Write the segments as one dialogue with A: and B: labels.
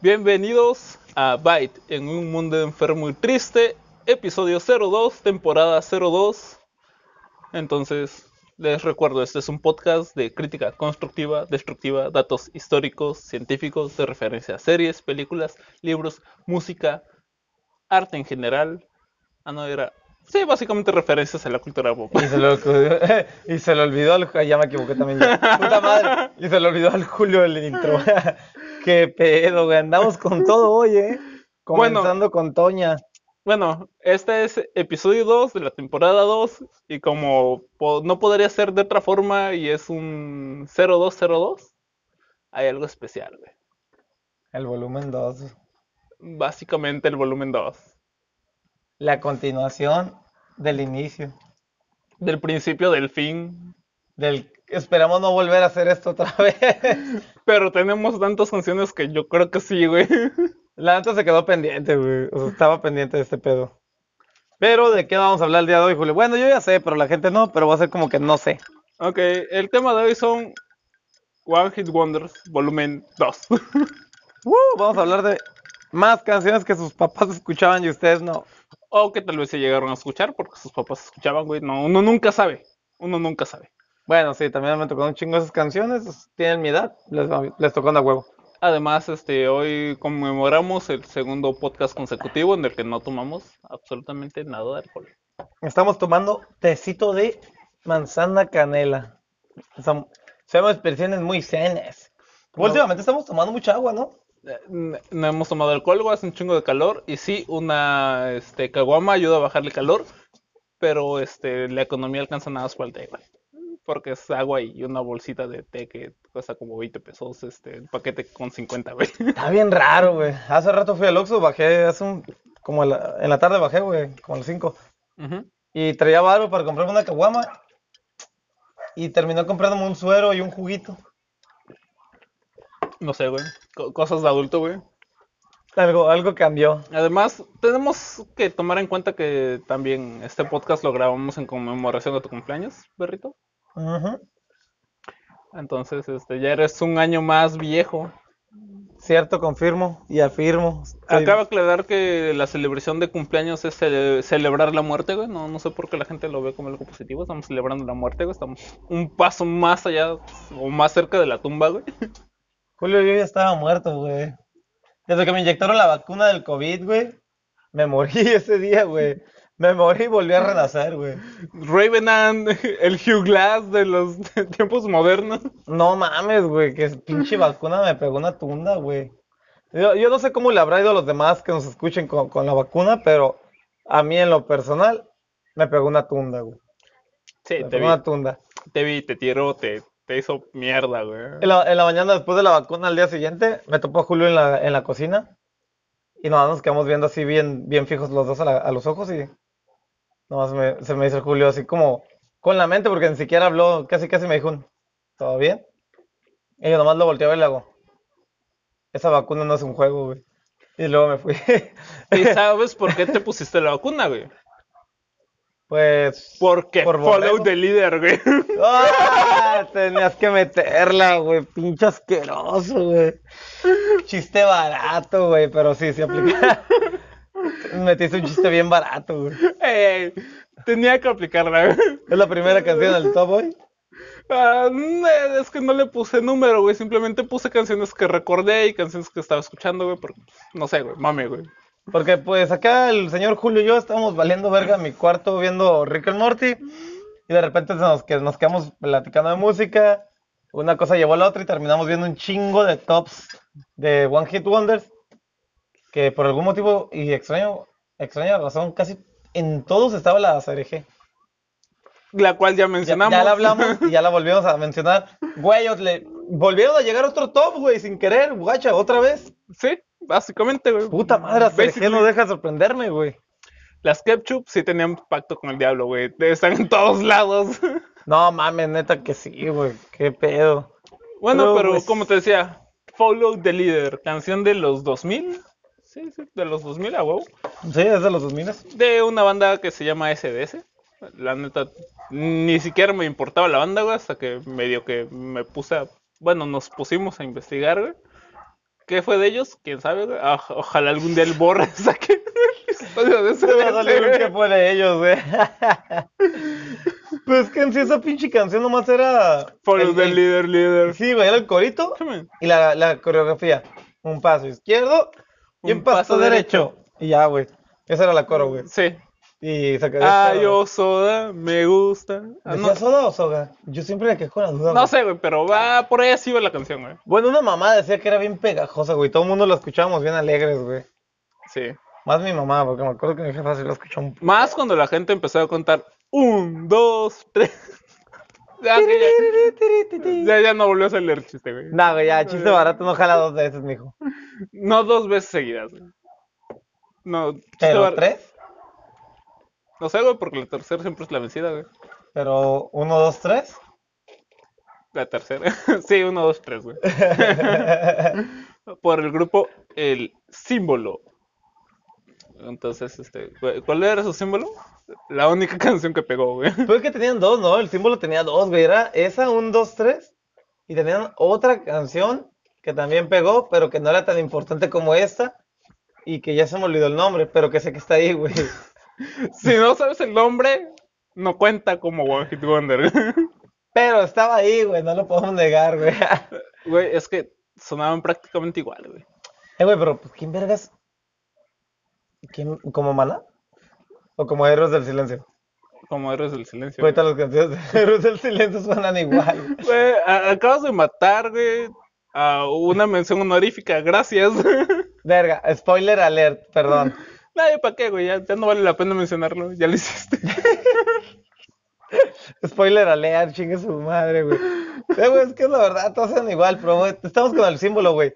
A: Bienvenidos a Byte en un mundo enfermo y triste, episodio 02, temporada 02. Entonces, les recuerdo, este es un podcast de crítica constructiva, destructiva, datos históricos, científicos, de referencia a series, películas, libros, música, arte en general. Ah, no, era... Sí, básicamente referencias a la cultura pop.
B: Y se lo, ocurrió- y se lo olvidó al. ay, Ya me equivoqué también. yo. Puta madre. Y se lo olvidó al Julio el intro. Qué pedo, güey. Andamos con todo hoy, ¿eh?
A: Bueno.
B: Comenzando con Toña.
A: Bueno, este es episodio 2 de la temporada 2 y como po- no podría ser de otra forma y es un 0202, hay algo especial, güey.
B: El volumen 2.
A: Básicamente el volumen 2
B: La continuación del inicio.
A: del principio del fin,
B: Del. Esperamos no volver a hacer esto otra vez.
A: pero tenemos tantas canciones que yo creo que sí, güey.
B: La neta se quedó pendiente, güey. O sea, estaba pendiente de este pedo. Pero, ¿de qué vamos a hablar el día de hoy, Julio? Bueno, yo ya sé, pero la gente no, pero va a ser como que no sé.
A: Ok, el tema de hoy son One Hit Wonders, volumen 2.
B: ¡Woo! Uh, vamos a hablar de más canciones que sus papás escuchaban y ustedes no.
A: O que tal vez se llegaron a escuchar porque sus papás escuchaban, güey. No, uno nunca sabe, uno nunca sabe.
B: Bueno, sí, también me tocó un chingo esas canciones. pues, Tienen mi edad, les, les tocó una huevo.
A: Además, este, hoy conmemoramos el segundo podcast consecutivo en el que no tomamos absolutamente nada de alcohol.
B: Estamos tomando tecito de manzana canela. Som- Somos personas muy sanas.
A: No.
B: Últimamente estamos tomando mucha agua, ¿no?
A: Eh, n- No hemos tomado alcohol, güey, hace un chingo de calor. Y sí, una este, caguama ayuda a bajar el calor, pero este, la economía alcanza nada más para el té, güey. Porque es agua y una bolsita de té que cuesta como 20 pesos, este, el paquete con 50, güey.
B: Está bien raro, güey. Hace rato fui al Oxxo, bajé hace un... Como a la- en la tarde bajé, güey, como a las 5.
A: Ujú.
B: Y traía barro para comprarme una caguama. Y terminó comprándome un suero y un juguito.
A: No sé, güey. co- cosas de adulto, güey.
B: Algo, algo cambió.
A: Además, tenemos que tomar en cuenta que también este podcast lo grabamos en conmemoración de tu cumpleaños, Berrito.
B: Ujú.
A: Entonces, este, ya eres un año más viejo.
B: Cierto, confirmo y afirmo. Estoy-
A: Acaba de aclarar que la celebración de cumpleaños es cele- celebrar la muerte, güey. No, no sé por qué la gente lo ve como algo positivo. Estamos celebrando la muerte, güey. Estamos un paso más allá o más cerca de la tumba, güey.
B: Julio, yo ya estaba muerto, güey. Desde que me inyectaron la vacuna del COVID, güey, me morí ese día, güey. Me morí y volví a renacer, güey.
A: Ravenant, el Hugh Glass de los tiempos modernos.
B: No mames, güey, que pinche vacuna me pegó una tunda, güey. Yo, yo no sé cómo le habrá ido a los demás que nos escuchen con, con la vacuna, pero a mí en lo personal me pegó una tunda, güey.
A: Sí,
B: Me
A: te
B: pegó
A: vi,
B: una tunda.
A: te vi, te tiró, te, te hizo mierda, güey.
B: En la, en la mañana después de la vacuna, al día siguiente, me topó a Julio en la, en la cocina y nada, nos quedamos viendo así bien, bien fijos los dos a, la- a los ojos y nomás me- se me hizo el Julio así como con la mente porque ni siquiera habló, casi casi me dijo un, ¿todo bien? Y yo nomás lo volteaba y le hago, esa vacuna no es un juego, güey. Y luego me fui.
A: ¿Y sabes por qué te pusiste la vacuna, güey?
B: Pues...
A: Porque
B: Por
A: follow
B: borrego.
A: the leader, güey.
B: ¡Ah! Tenías que meterla, güey. Pinche asqueroso, güey. Chiste barato, güey. Pero sí, sí aplica. Metiste un chiste bien barato, güey.
A: Ey, tenía que aplicarla, güey.
B: Es la primera canción del top hoy.
A: Ah, no, es que no le puse número, güey. Simplemente puse canciones que recordé y canciones que estaba escuchando, güey. Porque, pues, no sé, güey. Mame, güey.
B: Porque pues acá el señor Julio y yo estábamos valiendo verga en mi cuarto viendo Rick and Morty. Y de repente se nos, que nos quedamos platicando de música. Una cosa llevó a la otra y terminamos viendo un chingo de tops de One Hit Wonders. Que por algún motivo y extraño, extraña razón, casi en todos estaba la CRG.
A: La cual ya
B: Ya,
A: mencionamos.
B: ya la hablamos y ya la volvimos a mencionar. Güey, os le- volvieron a llegar otro top, güey, sin querer, guacha, otra vez.
A: Sí, básicamente, güey.
B: Puta madre, la CRG no
A: Basically,
B: deja de sorprenderme, güey.
A: Las Ketchup sí tenían pacto con el diablo, güey. Están en todos lados.
B: No mames, neta que sí, güey. Qué pedo.
A: Bueno,
B: Pero,
A: pero
B: pues-
A: como te decía, Follow the Leader, canción de los 2000. Sí, sí, de los 2000, a huevo.
B: Sí, es de los 2000.
A: de una banda que se llama SDS. La neta, ni siquiera me importaba la banda, güey, hasta que medio que me puse a... Bueno, nos pusimos a investigar, güey. ¿Qué fue de ellos? ¿Quién sabe? güey? Oj- ojalá algún día el borre saque el episodio de
B: Se va a salir un
A: CDC.
B: que fue de ellos, güey. Pues es que en sí esa pinche canción nomás era.
A: Por
B: el-
A: el del
B: el-
A: líder, líder.
B: Sí, güey, era el corito y la, la coreografía. Un paso izquierdo y un, paso, derecho. Y ya, güey. Esa era la coro, güey.
A: Sí.
B: Y se quedó.
A: Ah, yo soda, me gusta. Ah,
B: ¿Decía
A: no,
B: soda o soga? Yo siempre le quejo con la duda.
A: no
B: güey.
A: sé, güey, pero va por ahí así va la canción, güey.
B: Bueno, una mamá decía que era bien pegajosa, güey. Todo el mundo la escuchábamos bien alegres, güey.
A: Sí.
B: Más mi mamá, porque me acuerdo que mi jefa sí la escuchó un
A: Más cuando la gente empezó a contar un, dos, tres. ya, que Ah, ya, ya, ya no volvió a salir el chiste, güey.
B: No, güey, ya, chiste barato, no jala dos veces, mijo.
A: No dos veces seguidas, güey. No, chiste
B: Pero
A: bar-
B: tres,
A: No sé, güey, porque la tercera siempre es la vencida, güey.
B: pero uno, dos, tres.
A: La tercera. sí, uno, dos, tres, güey. Por el grupo El Símbolo. Entonces, este, güey, ¿cuál era su símbolo? La única canción que pegó, güey.
B: Pues que tenían dos, ¿no? El símbolo tenía dos, güey. Era esa, un, dos, tres. Y tenían otra canción que también pegó, pero que no era tan importante como esta. Y que ya se me olvidó el nombre, pero que sé que está ahí, güey.
A: Si no sabes el nombre, no cuenta como One Hit Wonder.
B: Pero estaba ahí, güey, no lo podemos negar, güey.
A: Güey, es que sonaban prácticamente igual, güey.
B: Eh, güey, pero pues, ¿quién vergas? ¿Quién? ¿Como Maná? ¿O como Héroes del Silencio?
A: Como Héroes del Silencio.
B: Ahorita las canciones de Héroes del Silencio suenan igual.
A: güey. Güey, a- acabas de matar, güey, a una mención honorífica. Gracias.
B: Verga, spoiler alert, perdón.
A: Nadie, ¿para qué, güey? Ya, ya no vale la pena mencionarlo. Ya lo hiciste.
B: Spoiler alert, chingue su madre, güey. Eh, güey, es que la verdad, todos son igual, pero güey, estamos con el símbolo, güey.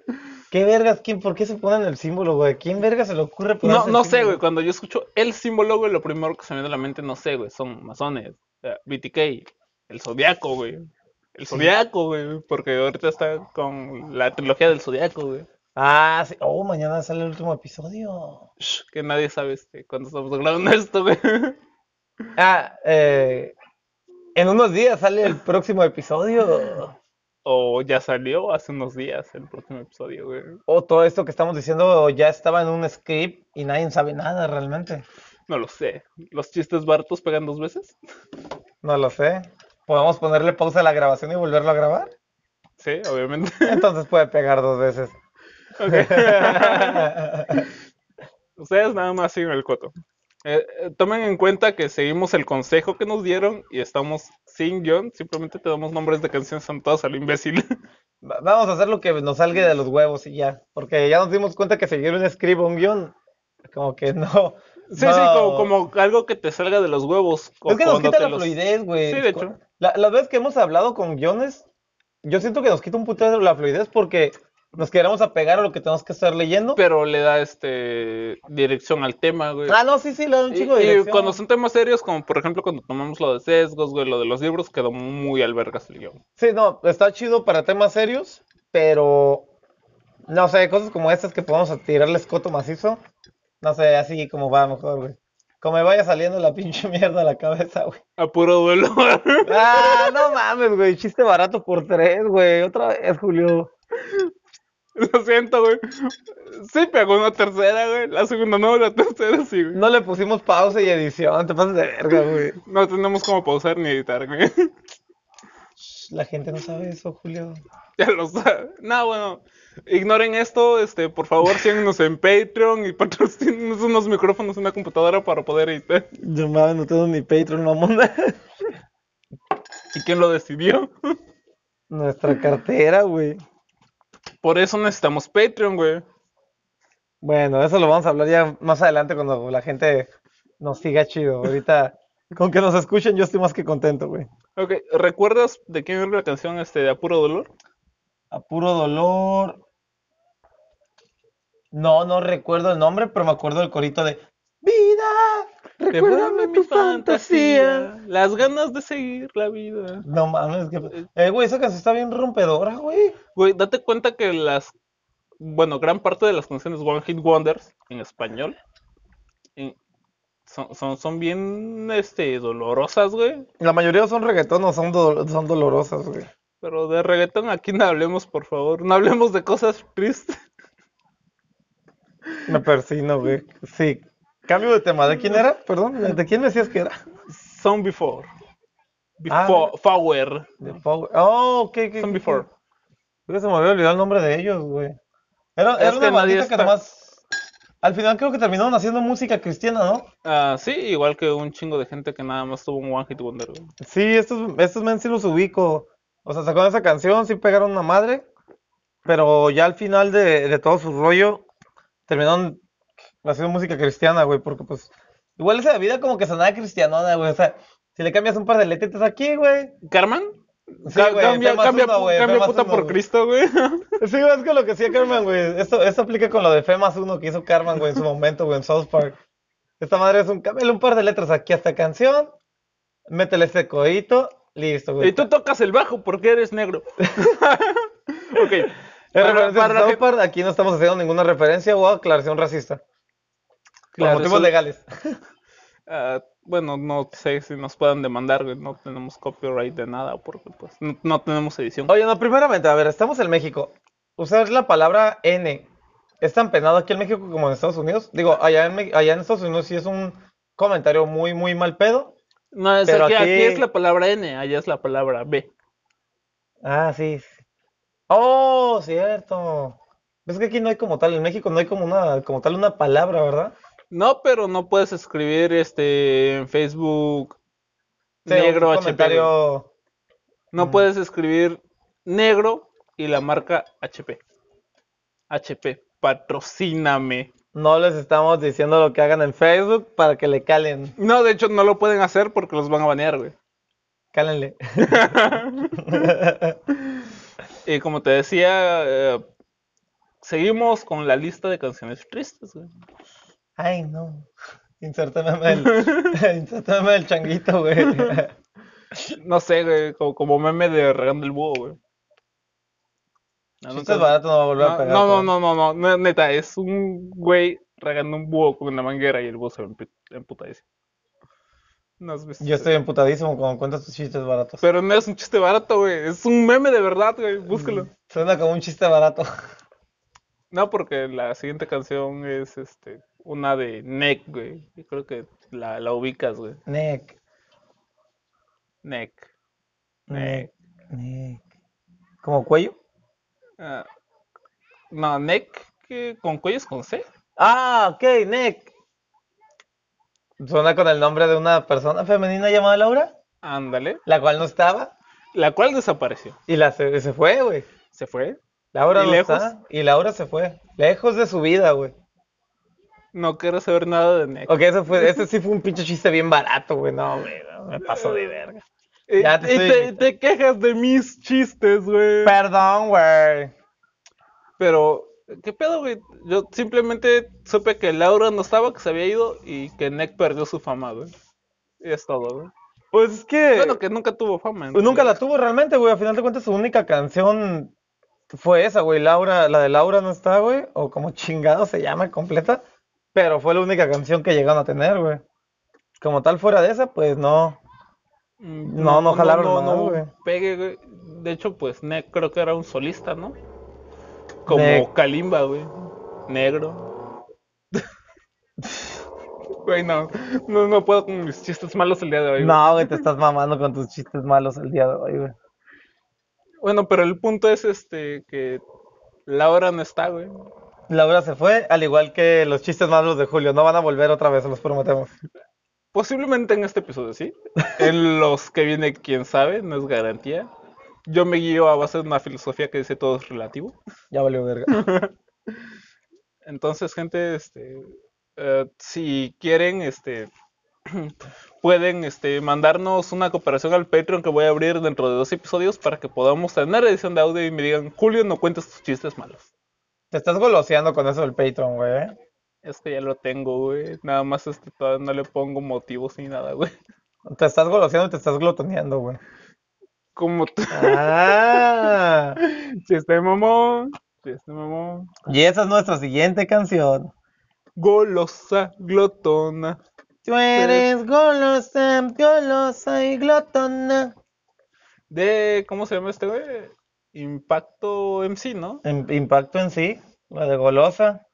B: ¿Qué vergas? ¿Quién, ¿Por qué se ponen el símbolo, güey? ¿Quién vergas se le ocurre poner
A: No, no sé, güey. Cuando yo escucho el símbolo, güey, lo primero que se me viene a la mente, no sé, güey. Son masones, eh, BTK, el zodiaco, güey. El zodiaco, güey. Porque ahorita está con la trilogía del zodiaco, güey.
B: Ah, sí. Oh, mañana sale el último episodio.
A: Shh, que nadie sabe este, cuando estamos grabando esto, güey.
B: Ah, eh, en unos días sale el próximo episodio.
A: O ya salió hace unos días el próximo episodio, güey.
B: O todo esto que estamos diciendo ya estaba en un script y nadie sabe nada realmente.
A: No lo sé. ¿Los chistes baratos pegan dos veces?
B: No lo sé. ¿Podemos ponerle pausa a la grabación y volverlo a grabar?
A: Sí, obviamente.
B: Entonces puede pegar dos veces.
A: Ok. Ustedes nada más siguen el coto. Eh, eh, tomen en cuenta que seguimos el consejo que nos dieron y estamos sin guión. Simplemente te damos nombres de canciones santas a lo imbécil.
B: Va- Vamos a hacer lo que nos salga de los huevos y ya. Porque ya nos dimos cuenta que seguir un script o un guión, como que no.
A: sí, sí, como,
B: no.
A: como algo que te salga de los huevos. co-
B: Es que nos
A: cuando
B: quita
A: te
B: la
A: los-
B: fluidez, güey.
A: Sí, de
B: Cu-
A: hecho.
B: la- las veces que hemos hablado con guiones, yo siento que nos quita un putero la fluidez porque nos queremos apegar a lo que tenemos que estar leyendo.
A: Pero le da este dirección al tema, güey.
B: Ah, no, sí, sí, le da un
A: Y,
B: chingo de
A: y
B: dirección.
A: cuando son temas serios, como por ejemplo cuando tomamos lo de sesgos, güey, lo de los libros, quedó muy albergas el guión.
B: Sí, no, está chido para temas serios, pero no sé, cosas como estas que podemos tirarles coto macizo, no sé, así como va mejor, güey. Como me vaya saliendo la pinche mierda a la cabeza, güey.
A: A puro duelo.
B: Ah, no mames, güey, chiste barato por tres, güey, otra vez, Julio.
A: Lo siento, güey. Sí pegó una tercera, güey. La segunda no, la tercera sí, güey.
B: No le pusimos pausa y edición, te pasas de verga, güey.
A: No tenemos como pausar ni editar, güey.
B: Shh, La gente no sabe eso, Julio.
A: Ya lo saben. No, bueno. Ignoren esto, este, por favor, síganos en Patreon y patrocínenos unos micrófonos, una computadora para poder editar.
B: Yo mames, no tengo ni Patreon, mamón.
A: ¿Y quién lo decidió?
B: Nuestra cartera, güey.
A: Por eso necesitamos Patreon, güey.
B: Bueno, eso lo vamos a hablar ya más adelante cuando la gente nos siga chido. Ahorita, con que nos escuchen, yo estoy más que contento, güey.
A: Ok, ¿recuerdas de quién era la canción este, de A Puro Dolor?
B: A puro dolor. No, no recuerdo el nombre, pero me acuerdo del corito de Vida, recuérdame tu fantasía.
A: las ganas de seguir la vida.
B: No mames, que... Eh, güey, esa canción está bien rompedora, güey.
A: Güey, date cuenta que las, bueno, gran parte de las canciones One Hit Wonders en español en- son, son, son bien, este, dolorosas, güey.
B: La mayoría son reggaetón o son, do- son dolorosas, güey.
A: Pero de reggaetón aquí no hablemos, por favor. No hablemos de cosas tristes.
B: Me persino, güey. Sí. Cambio de tema. ¿De quién era? Perdón. ¿De quién me decías que era?
A: Son before.
B: Ah.
A: Before. Power.
B: De Power. Oh, ok, ok,
A: Son
B: ok,
A: before.
B: ok. Creo que se me había olvidado el nombre de ellos, güey. Era, era
A: Es
B: una
A: que nadie
B: bandita que
A: está-
B: nomás. Al final creo que terminaron haciendo música cristiana, ¿no?
A: Ah, sí, igual que un chingo de gente que nada más tuvo un One Hit Wonder. güey.
B: Sí, estos, estos men sí los ubico. O sea, sacaron esa canción, sí pegaron una madre, pero ya al final de, de todo su rollo terminaron haciendo música cristiana, güey, porque pues igual esa vida como que sonaba cristianona, güey. O sea, si le cambias un par de letritas aquí, güey.
A: ¿Carmen?
B: Sí,
A: Ca-
B: güey,
A: cambia
B: ve más
A: cambia
B: uno,
A: pu-
B: güey, ve
A: cambia
B: más
A: puta
B: uno,
A: por
B: güey.
A: Cristo, güey.
B: Sí, güey, es que lo que hacía Carmen, güey. Esto, esto aplica con lo de Fe más uno que hizo Carmen, güey, en su momento, güey, en South Park. Esta madre es un camel, un par de letras aquí a esta canción. Métele este codito, listo, güey.
A: Y tú tocas el bajo porque eres negro. ok.
B: Es
A: Para-
B: referencia
A: para
B: de
A: la
B: South
A: gente-
B: Park, aquí no estamos haciendo ninguna referencia o aclaración racista. Por
A: Claro,
B: motivos
A: solo-
B: legales.
A: Ah, bueno, no sé si nos puedan demandar, güey, no tenemos copyright de nada porque pues no, no tenemos edición.
B: Oye, no, primeramente, a ver, estamos en México. Usar la palabra N es tan penado aquí en México como en Estados Unidos. Digo, allá en, Me- allá en Estados Unidos sí es un comentario muy, muy mal pedo.
A: No, es
B: pero
A: aquí, aquí
B: aquí-
A: es la palabra N, allá es la palabra B.
B: Ah, sí. Oh, cierto. Pues Es que aquí no hay como tal, en México no hay como una, como tal una palabra, ¿verdad?
A: No, pero no puedes escribir este en Facebook
B: O sea, un
A: negro HP. güey.
B: comentario.
A: No
B: Mm.
A: puedes escribir negro y la marca HP. HP, patrocíname.
B: No les estamos diciendo lo que hagan en Facebook para que le calen.
A: No, de hecho no lo pueden hacer porque los van a banear, güey.
B: Cálenle.
A: Y como te decía, eh, seguimos con la lista de canciones tristes, güey.
B: Ay, no. Insértame el, insértame el changuito, güey.
A: No sé, güey, como, como meme de Regando el Búho, güey. No,
B: Chistes
A: nunca-
B: baratos no va a volver a
A: No,
B: pegar.
A: no, no,
B: güey.
A: no, no, no, no, neta, es un güey regando un búho con una manguera y el búho se ve empu- emputadísimo. No has visto.
B: Yo estoy emputadísimo cuando cuentas tus chistes baratos.
A: Pero no es un chiste barato, güey, es un meme de verdad, güey, búscalo.
B: Mm, Suena como un chiste barato.
A: No, porque la siguiente canción es este una de Neck, güey. Yo creo que la, la ubicas, güey.
B: Nick.
A: Neck.
B: Nick. Nick. ¿Como cuello?
A: Ah, no, Neck que con cuellos con C.
B: Ah, ok, Nick. Suena con el nombre de una persona femenina llamada Laura,
A: Ándale.
B: la cual no estaba
A: La cual desapareció.
B: y la se, se fue, güey.
A: Se fue.
B: Laura
A: ¿Y
B: no
A: lejos?
B: está y Laura se fue. Lejos de su vida, güey.
A: No quiero saber nada de Neck.
B: Ok, eso fue, ese sí fue un pinche chiste bien barato, güey. No, güey, no, me pasó de verga.
A: Eh,
B: Ya te
A: y
B: estoy
A: te, te quejas de mis chistes, güey.
B: Perdón, güey.
A: Pero, ¿qué pedo, güey? Yo simplemente supe que Laura no estaba, que se había ido y que Nick perdió su fama, güey. Y es todo, güey.
B: Pues es que
A: Bueno, que nunca tuvo fama.
B: pues nunca la tuvo realmente, güey. Al final de cuentas, su única canción fue esa, güey. Laura, la de Laura no está, güey. O como chingado se llama completa. Pero fue la única canción que llegaron a tener, güey. Como tal, fuera de esa, pues no.
A: Mm,
B: No, no jalaron
A: no,
B: nada,
A: no
B: güey.
A: pegue, güey. De hecho, pues Nick creo que era un solista, ¿no? Como
B: Nick.
A: Kalimba, güey. Negro. Güey, no, no, no puedo con mis chistes malos el día de hoy. güey.
B: No, güey, te estás mamando con tus chistes malos el día de hoy, güey.
A: Bueno, pero el punto es este que Laura no está, güey.
B: Laura se fue, al igual que los chistes malos de Julio. No van a volver otra vez, se los prometemos.
A: Posiblemente en este episodio, sí. En los que viene, quién sabe, no es garantía. Yo me guío a base de una filosofía que dice todo es relativo.
B: Ya valió verga.
A: Entonces, gente, este, eh, si quieren, este, pueden, este, mandarnos una cooperación al Patreon que voy a abrir dentro de dos episodios para que podamos tener edición de audio y me digan, Julio, no cuentes tus chistes malos.
B: Te estás goloseando con eso del Patreon, güey. ¿eh?
A: Es que Este ya lo tengo, güey. Nada más, este, todavía no le pongo motivos ni nada, güey.
B: Te estás goloseando y te estás glotoneando, güey.
A: Como tú.
B: Ah,
A: Chiste mamón. Chiste mamón.
B: y esa es nuestra siguiente canción.
A: Golosa, glotona.
B: Tú eres golosa, golosa y glotona.
A: De, ¿cómo se llama este, güey? Impacto MC, ¿no?
B: Im- Impacto en sí, la de golosa.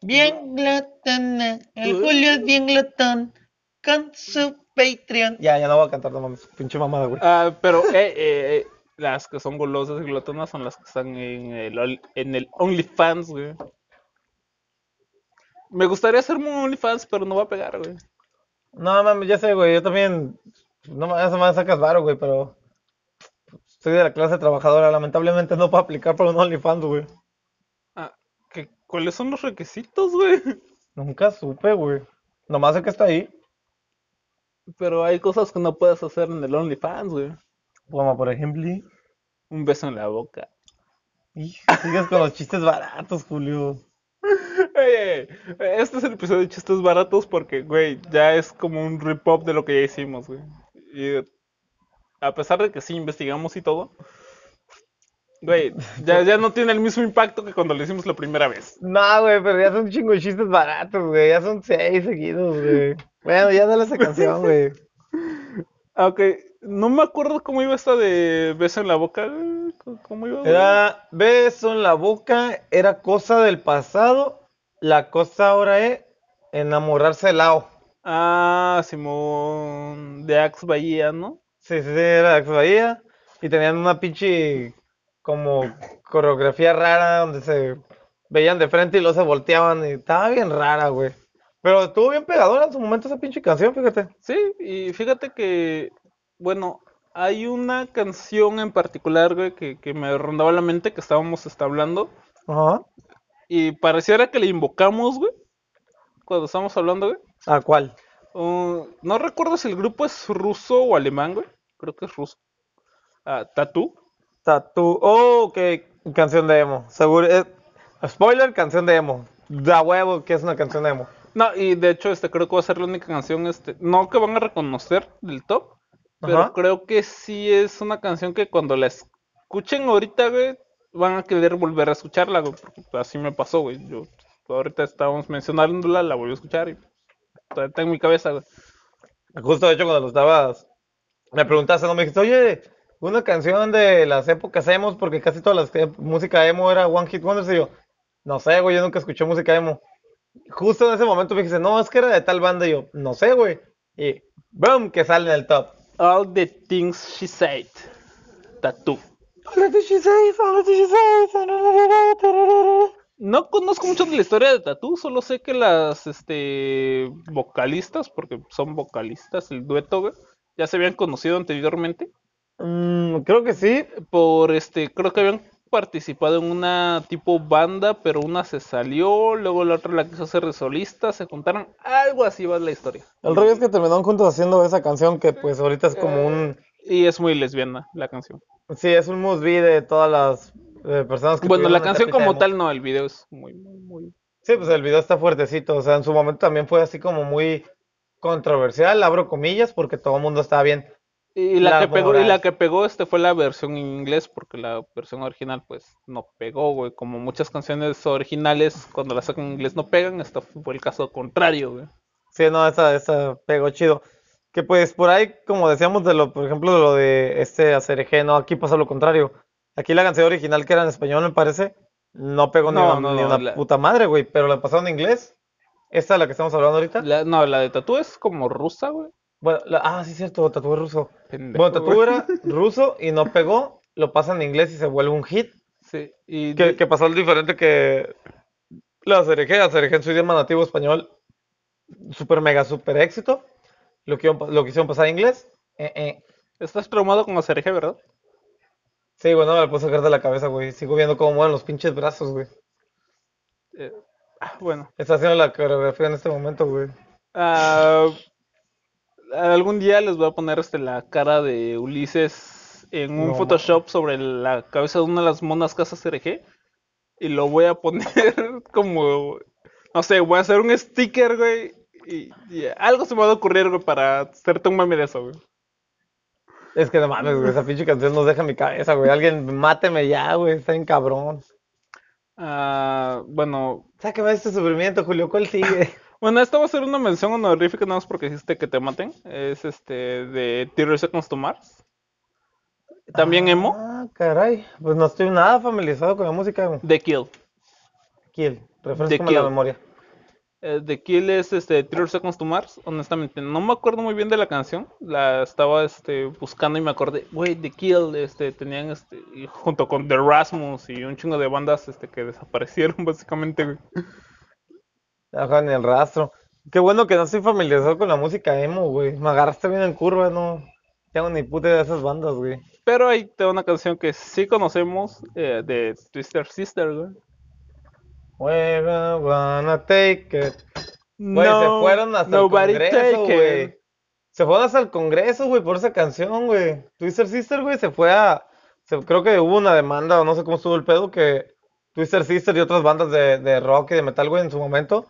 C: Bien glotona. El Julio es bien glotón. Con su Patreon.
B: Ya, ya no voy a cantar, no mames. Pinche mamada, güey.
A: Ah, pero eh, eh, eh, las que son golosas y glotonas son las que están en el, Ol- en el OnlyFans, güey. Me gustaría hacerme un OnlyFans, pero no va a pegar, güey.
B: No mames, ya sé, güey. Yo también. No mames, me sacas varo, güey, pero. Soy de la clase trabajadora. Lamentablemente no puedo aplicar para un OnlyFans, güey.
A: Ah, ¿qué- ¿Cuáles son los requisitos, güey?
B: Nunca supe, güey. Nomás sé que está ahí.
A: Pero hay cosas que no puedes hacer en el OnlyFans, güey.
B: Como por ejemplo.
A: Un beso en la boca.
B: Hijo, sigues con los chistes baratos, Julio.
A: Oye, este es el episodio de chistes baratos porque, güey, ya es como un rip-up de lo que ya hicimos, güey. Y a pesar de que sí investigamos y todo, güey, ya, ya no tiene el mismo impacto que cuando lo hicimos la primera vez.
B: No, güey, pero ya son chingo de chistes baratos, güey. Ya son seis seguidos, güey. Bueno, ya dale esa canción, güey.
A: Aunque Ah, no me acuerdo cómo iba esta de beso en la boca, güey. ¿Cómo- ¿Cómo iba, güey?
B: Era beso en la boca, era cosa del pasado. La cosa ahora es enamorarse del lao.
A: Ah, Simón de Axe Bahía, ¿no?
B: Sí, sí, sí, era de Axe Bahía. Y tenían una pinche como coreografía rara donde se veían de frente y luego se volteaban. Y estaba bien rara, güey. Pero estuvo bien pegadora en su momento esa pinche canción, fíjate.
A: Sí, y fíjate que, bueno, hay una canción en particular, güey, que, que me rondaba la mente que estábamos está hablando.
B: Ajá.
A: Y pareciera que le invocamos, güey, cuando estábamos hablando, güey.
B: ¿A cuál?
A: Uh, no recuerdo si el grupo es ruso o alemán, güey. Creo que es ruso. Ah, Tatú.
B: Tatu. Oh, qué canción de emo. Seguro. eh, spoiler, canción de emo. Da huevo que es una canción de emo.
A: No, y de hecho, este creo que va a ser la única canción, este, no que van a reconocer del top, pero
B: Ajá.
A: creo que sí es una canción que cuando la escuchen ahorita, güey, van a querer volver a escucharla, güey, porque pues, así me pasó, güey. Yo ahorita estábamos mencionándola, la volví a escuchar y todavía está en mi cabeza, güey.
B: Justo de hecho, cuando lo estabas. Me preguntaste, no me dijiste, oye, una canción de las épocas emo, porque casi toda la música emo era One Hit Wonders. Y yo, no sé, güey, yo nunca escuché música emo. Justo en ese momento me dijiste, no, es que era de tal banda. Y yo, no sé, güey. Y boom, que sale en el top.
A: All the things she said. Tattoo. No conozco mucho de la historia de Tatú, solo sé que las este, vocalistas, porque son vocalistas, el dueto, güey, ya se habían conocido anteriormente
B: Mm, creo que sí.
A: por este, creo que habían participado en una tipo banda, pero una se salió, luego la otra la quiso hacer de solista, se juntaron, algo así va la historia.
B: El rollo es que terminaron juntos haciendo esa canción que pues ahorita es como un...
A: Y es muy lesbiana la canción.
B: Sí, es un must be de todas las eh, personas que
A: Bueno,
B: tuvieron
A: la
B: esa
A: canción
B: época
A: como
B: emo.
A: tal no, el video es muy, muy, muy...
B: Sí, pues el video está fuertecito, o sea, en su momento también fue así como muy controversial, abro comillas, porque todo el mundo estaba bien.
A: Y la
B: La
A: que pegó, y
B: moral.
A: la que pegó este fue la versión en inglés, porque la versión original pues no pegó, güey. Como muchas canciones originales cuando las sacan en inglés no pegan, esto fue el caso contrario, güey.
B: Sí, no, esa, esa pegó chido. Que pues por ahí, como decíamos de lo, por ejemplo, de lo de este Acerejé, no, aquí pasó lo contrario. Aquí la canción original que era en español, me parece, no pegó ni
A: No,
B: una,
A: no,
B: ni
A: no,
B: una
A: la-
B: puta madre, güey, pero la pasaron en inglés. Esta es la que estamos hablando ahorita.
A: La- no, la de Tatú es como rusa, güey.
B: Bueno, la- ah, sí, cierto, Tatú es ruso.
A: Pendejo,
B: Bueno, Tatú
A: güey.
B: era ruso y no pegó, lo pasa en inglés y se vuelve un hit.
A: Sí, y
B: Que,
A: de-
B: que pasó algo diferente que la Cereje, la Cereje en su idioma nativo español, super mega, super éxito. Lo, que, lo quisieron pasar a inglés. Eh, eh.
A: estás traumado con la cereje, ¿verdad?
B: Sí, bueno, me puse a sacar de la cabeza, güey. Sigo viendo cómo mueven los pinches brazos, güey.
A: Eh, ah, bueno,
B: Está haciendo la coreografía en este momento, güey.
A: Ah, algún día les voy a poner este, la cara de Ulises en un
B: No, ma-
A: Photoshop sobre la cabeza de una de las monas casas RG y lo voy a poner como, no sé, voy a hacer un sticker, güey, y, y algo se me va a ocurrir, güey, para hacerte un meme de eso, güey.
B: Es que no mames, güey. Esa pinche canción nos deja en mi cabeza, güey. Alguien máteme ya, güey. Está bien cabrón.
A: Ah, bueno,
B: Sáqueme este sufrimiento, Julio. ¿Cuál sigue?
A: bueno, esta va a ser una mención honorífica, nada más porque hiciste que te maten, es este de Theater Seconds to Mars, también emo,
B: Ah, caray. Pues no estoy nada familiarizado con la música, güey.
A: de Kill.
B: Kill.
A: The
B: Refrescame la
A: Kill.
B: memoria.
A: eh, de Kill es este, 30 Seconds to Mars. Honestamente, no me acuerdo muy bien de la canción. La estaba este, buscando y me acordé, güey, The Kill este, tenían este, y junto con The Rasmus y un chingo de bandas este, que desaparecieron, básicamente, güey.
B: Ajá, en el rastro. Qué bueno que no estoy familiarizado con la música emo, güey. Me agarraste bien en curva, no tengo ni puta idea de esas bandas, güey.
A: Pero ahí tengo una canción que sí conocemos eh, de Twister Sister, güey.
B: We're gonna wanna take it. Güey, se
A: No,
B: fueron hasta el
A: nobody
B: Congreso,
A: take it.
B: güey. Se fueron hasta el Congreso, güey, por esa canción, güey. Twister Sister, güey, se fue a... se- creo que hubo una demanda, o no sé cómo estuvo el pedo, que Twister Sister y otras bandas de, de rock y de metal, güey, en su momento,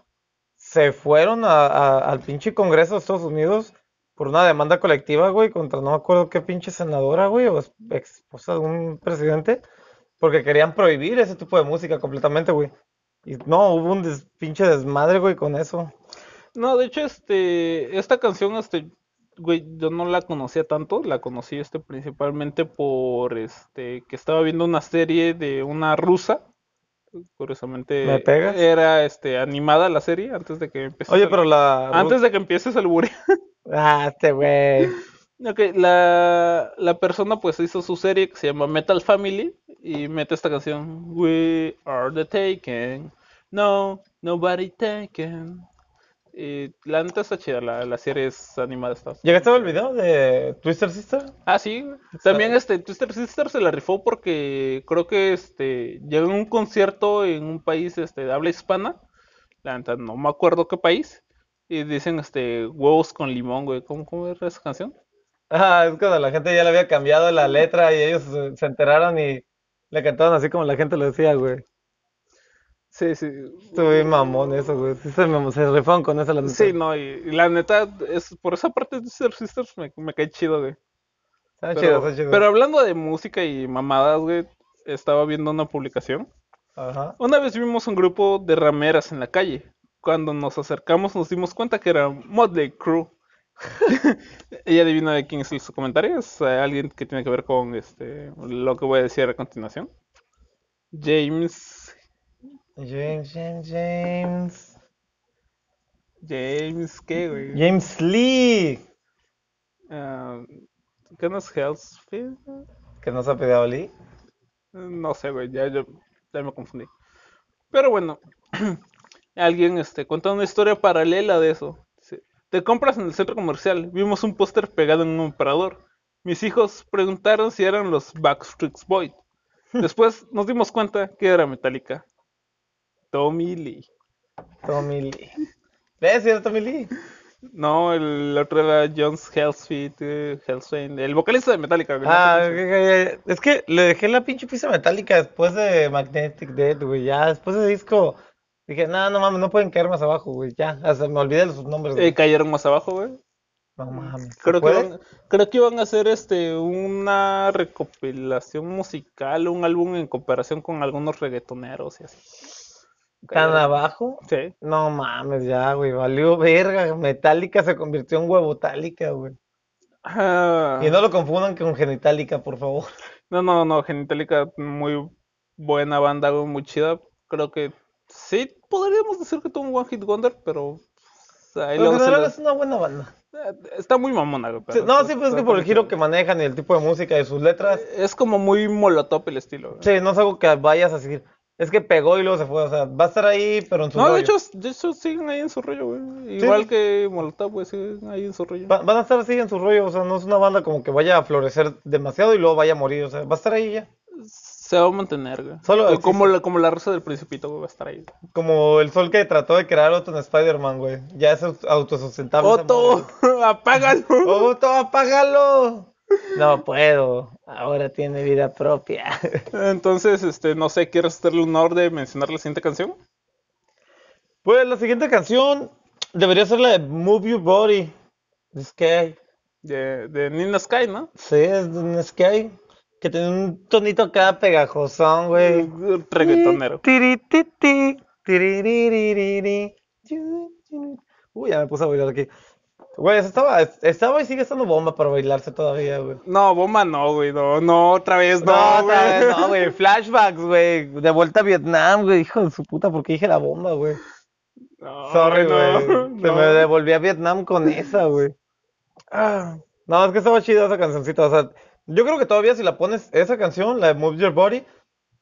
B: se fueron a- a- al pinche Congreso de Estados Unidos por una demanda colectiva, güey, contra no me acuerdo qué pinche senadora, güey, o ex esposa de un presidente, porque querían prohibir ese tipo de música completamente, güey. Y no, hubo un des- pinche desmadre, güey, con eso.
A: No, de hecho, este, esta canción, este, güey, yo no la conocía tanto, la conocí, este, principalmente por, este, que estaba viendo una serie de una rusa, curiosamente,
B: ¿Me pegas?
A: era, este, animada la serie antes de que empieces
B: Oye,
A: el-
B: pero la... Ru-
A: antes de que empieces el bureo.
B: Ah, este güey.
A: Ok, la, la persona pues hizo su serie que se llama Metal Family y mete esta canción. We are the taken. No, nobody taken. Y la neta está chida, la, la serie es animada. Está.
B: ¿Llegaste a ver el video de Twister Sister?
A: Ah, sí. güey. También este, Twister Sister se la rifó porque creo que este, llegó a un concierto en un país este, de habla hispana. La neta no me acuerdo qué país. Y dicen este, huevos con limón, güey. ¿Cómo, cómo era esa canción?
B: Ah, es cuando la gente ya le había cambiado la letra y ellos se, se enteraron y le cantaron así como la gente lo decía, güey.
A: Sí, sí.
B: Estuve bien mamón eso, güey. Sí, se, me, se rifaron con eso la neta.
A: Sí, no, y, y la neta, es, por esa parte de Twister Sisters me, me cae chido, güey.
B: Está
A: Pero,
B: chido, está chido.
A: pero hablando de música y mamadas, güey, estaba viendo una publicación.
B: Ajá.
A: Una vez vimos un grupo de rameras en la calle. Cuando nos acercamos nos dimos cuenta que era Motley Crew. Y adivina de quién es el comentario. Es eh, alguien que tiene que ver con este lo que voy a decir a continuación. James,
B: James, James, James.
A: James, ¿qué, güey?
B: James Lee.
A: Ah, ¿qué no es Hellsfield?
B: Que no se ha pedido Lee.
A: No sé, güey, ya, ya, ya me confundí. Pero bueno, alguien este, cuenta una historia paralela de eso. Dice, te compras en el centro comercial, vimos un póster pegado en un operador. Mis hijos preguntaron si eran los Backstreet Boys. Después nos dimos cuenta que era Metallica. Tommy Lee.
B: Tommy Lee. ¿Ves? Sí, era Tommy Lee.
A: No, el otro era Jones Hellsfield, eh, Hellsfield, el vocalista de Metallica. güey, no sé
B: Ah,
A: cómo se-
B: ok, ok, ok. es que le dejé la pinche pista metálica después de Magnetic Death, güey. Ya, después de disco, dije, no, no mames, no pueden caer más abajo, güey. Ya, hasta me olvidé de sus nombres,
A: Eh,
B: güey.
A: cayeron más abajo, güey.
B: No mames, ¿se
A: Creo que,
B: puede?
A: van, creo que iban a hacer este una recopilación musical, un álbum en cooperación con algunos reggaetoneros y así.
B: ¿Tan
A: Cayeron.
B: abajo?
A: Sí.
B: No mames, ya, güey. Valió verga. Metallica se convirtió en huevotálica, güey.
A: Ah,
B: Y no lo confundan con genitálica, por favor.
A: no, no, no, Genitalica, muy buena banda, güey, muy chida. Creo que sí, podríamos decir que tuvo un One Hit Wonder, pero o sea, ahí
B: Pero en
A: luego se
B: general
A: lo-
B: Pues, es una buena banda.
A: eh, Está muy mamona, güey,
B: Sí,
A: pero
B: No,
A: está-
B: sí, pues es que
A: está
B: por el
A: muy
B: giro
A: chida.
B: que manejan y el tipo de música y sus letras.
A: Es como muy molotov el estilo. güey.
B: Sí, no es algo que vayas a seguir. Es que pegó y luego se fue. O sea, va a estar ahí, pero en su
A: No, de
B: rollo.
A: hecho, de hecho siguen ahí en su rollo, güey.
B: Sí,
A: Igual
B: sí.
A: que Molotov, güey, siguen ahí en su rollo.
B: Va- van a estar así en su rollo. O sea, no es una banda como que vaya a florecer demasiado y luego vaya a morir. O sea, va a estar ahí ya.
A: Se va a mantener, güey.
B: Solo
A: Co-
B: existe.
A: como, la, como la rosa del principito, güey, va a estar ahí.
B: Como el sol que trató de crear Otto en Spider-Man, güey. Ya es aut- autosustentable. esa madre.
A: ¡Otto! ¡Apágalo!
B: Otto, apágalo. No puedo. Ahora tiene vida propia.
A: Entonces, este, no sé, ¿quieres hacerle honor de mencionar la siguiente canción?
B: Pues la siguiente canción debería ser la de Move Your Body. De Sky.
A: De, de Nina Sky, ¿no?
B: Sí, es de un Sky. Que tiene un tonito acá pegajosón, güey.
A: Reggaetonero.
B: Tiri, ti, ti, tiriririri, yu, yu. Uy, ya me puse a bailar aquí. Güey, eso estaba, estaba y sigue estando bomba para bailarse todavía, güey.
A: No, bomba no, güey, no, no, otra vez no,
B: No,
A: güey.
B: otra vez no, güey. Flashbacks, güey. De vuelta a Vietnam, güey. Hijo de su puta, porque dije la bomba, güey.
A: No,
B: Sorry,
A: no,
B: güey. Se
A: no.
B: me devolví a Vietnam con esa, güey. Ah, no, es que estaba chida esa cancioncita. O sea, yo creo que todavía si la pones, esa canción, la de Move Your Body,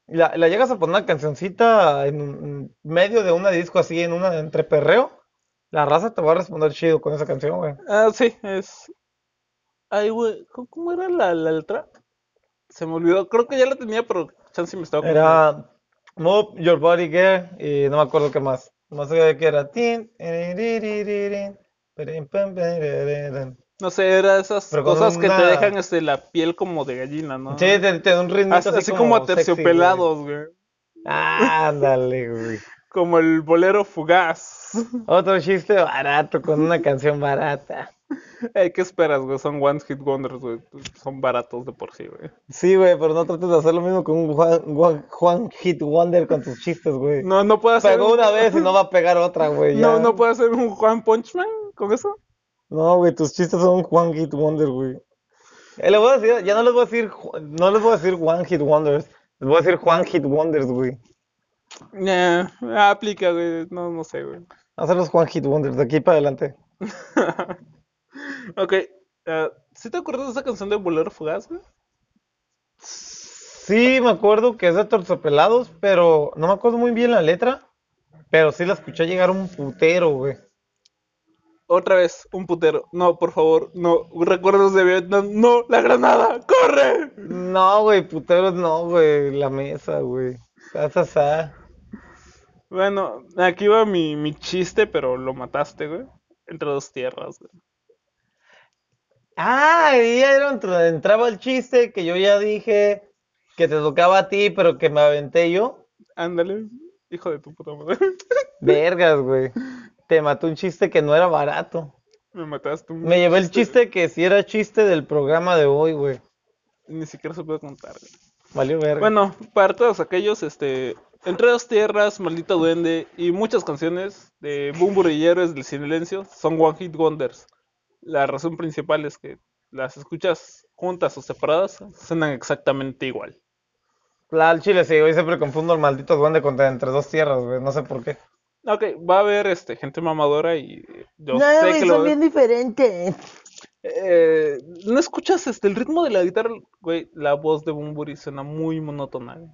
B: la, la llegas a poner una cancioncita en un- medio de una disco así, en una entre perreo, la raza te va a responder chido con esa canción, güey.
A: Ah, sí, es. Ay, güey, ¿cómo- ¿cómo era la, la letra? Se me olvidó, creo que ya la tenía, pero chance me estaba confundiendo.
B: Era Move Your Body Girl y no me acuerdo qué más. Más que era. tin, iririririririn, pirim, pam, piririririn.
A: No sé, era esas
B: Pero con
A: cosas que te
B: una-
A: dejan este, la piel como de gallina, ¿no?
B: Sí, te, te da un ritmito
A: Ah. Así,
B: así
A: así como
B: como sexy, güey.
A: aterciopelados, güey.
B: Ándale, güey.
A: Como el bolero fugaz.
B: Otro chiste barato con una canción barata.
A: Eh, ¿qué esperas, güey? Son One Hit Wonders, güey. Son baratos de por sí, güey.
B: Sí, güey, pero no trates de hacer lo mismo con un Juan, Juan- Juan Hit Wonder con tus chistes, güey.
A: No, no puede hacer.
B: Pegó una vez y no va a pegar otra, güey.
A: No,
B: ya.
A: no puede hacer un Juan Punchman con eso.
B: No, güey, tus chistes son Juan Hit Wonder, güey. Eh, le voy a decir, ya no les voy a decir, Ju- no les voy a decir Juan Hit Wonders. Les voy a decir Juan Hit Wonders, güey.
A: Nah, aplica, güey. No, no sé, güey.
B: Hacerlos Juan Hit Wonders de aquí para adelante.
A: Ok. eh, ¿sí te acuerdas de esa canción de Bolero Fugaz, güey?
B: Sí, me acuerdo que es de Terciopelados, pero no me acuerdo muy bien la letra. Pero sí la escuché llegar un putero, güey.
A: Otra vez, un putero. No, por favor, no. Recuerdos de Vietnam. No, la granada. ¡Corre!
B: No, güey, puteros no, güey. La mesa, güey. Sa, sa, sa.
A: Bueno, aquí va mi, mi chiste, pero lo mataste, güey. Entre dos tierras, güey.
B: Ah, ahí era donde entraba el chiste que yo ya dije que te tocaba a ti, pero que me aventé yo.
A: Ándale, hijo de tu puta madre.
B: Vergas, güey. Te mató un chiste que no era barato.
A: Me mataste un
B: Me llevé el chiste que sí era chiste del programa de hoy, güey.
A: Ni siquiera se puede contar, güey.
B: Valió verga.
A: Bueno, para todos aquellos, este, Entre dos tierras, Maldito Duende y muchas canciones de Boom Burrilleros del Silencio son One Hit Wonders. La razón principal es que las escuchas juntas o separadas suenan exactamente igual.
B: La al chile, sí, hoy siempre confundo al maldito duende con entre dos tierras, güey. No sé por qué.
A: Ok, va a haber este, gente mamadora y eh, yo
B: No,
A: sé
B: güey,
A: que lo
B: son bien diferentes.
A: Eh, no escuchas este, el ritmo de la guitarra, güey, la voz de Boom Burry suena muy monótona, güey.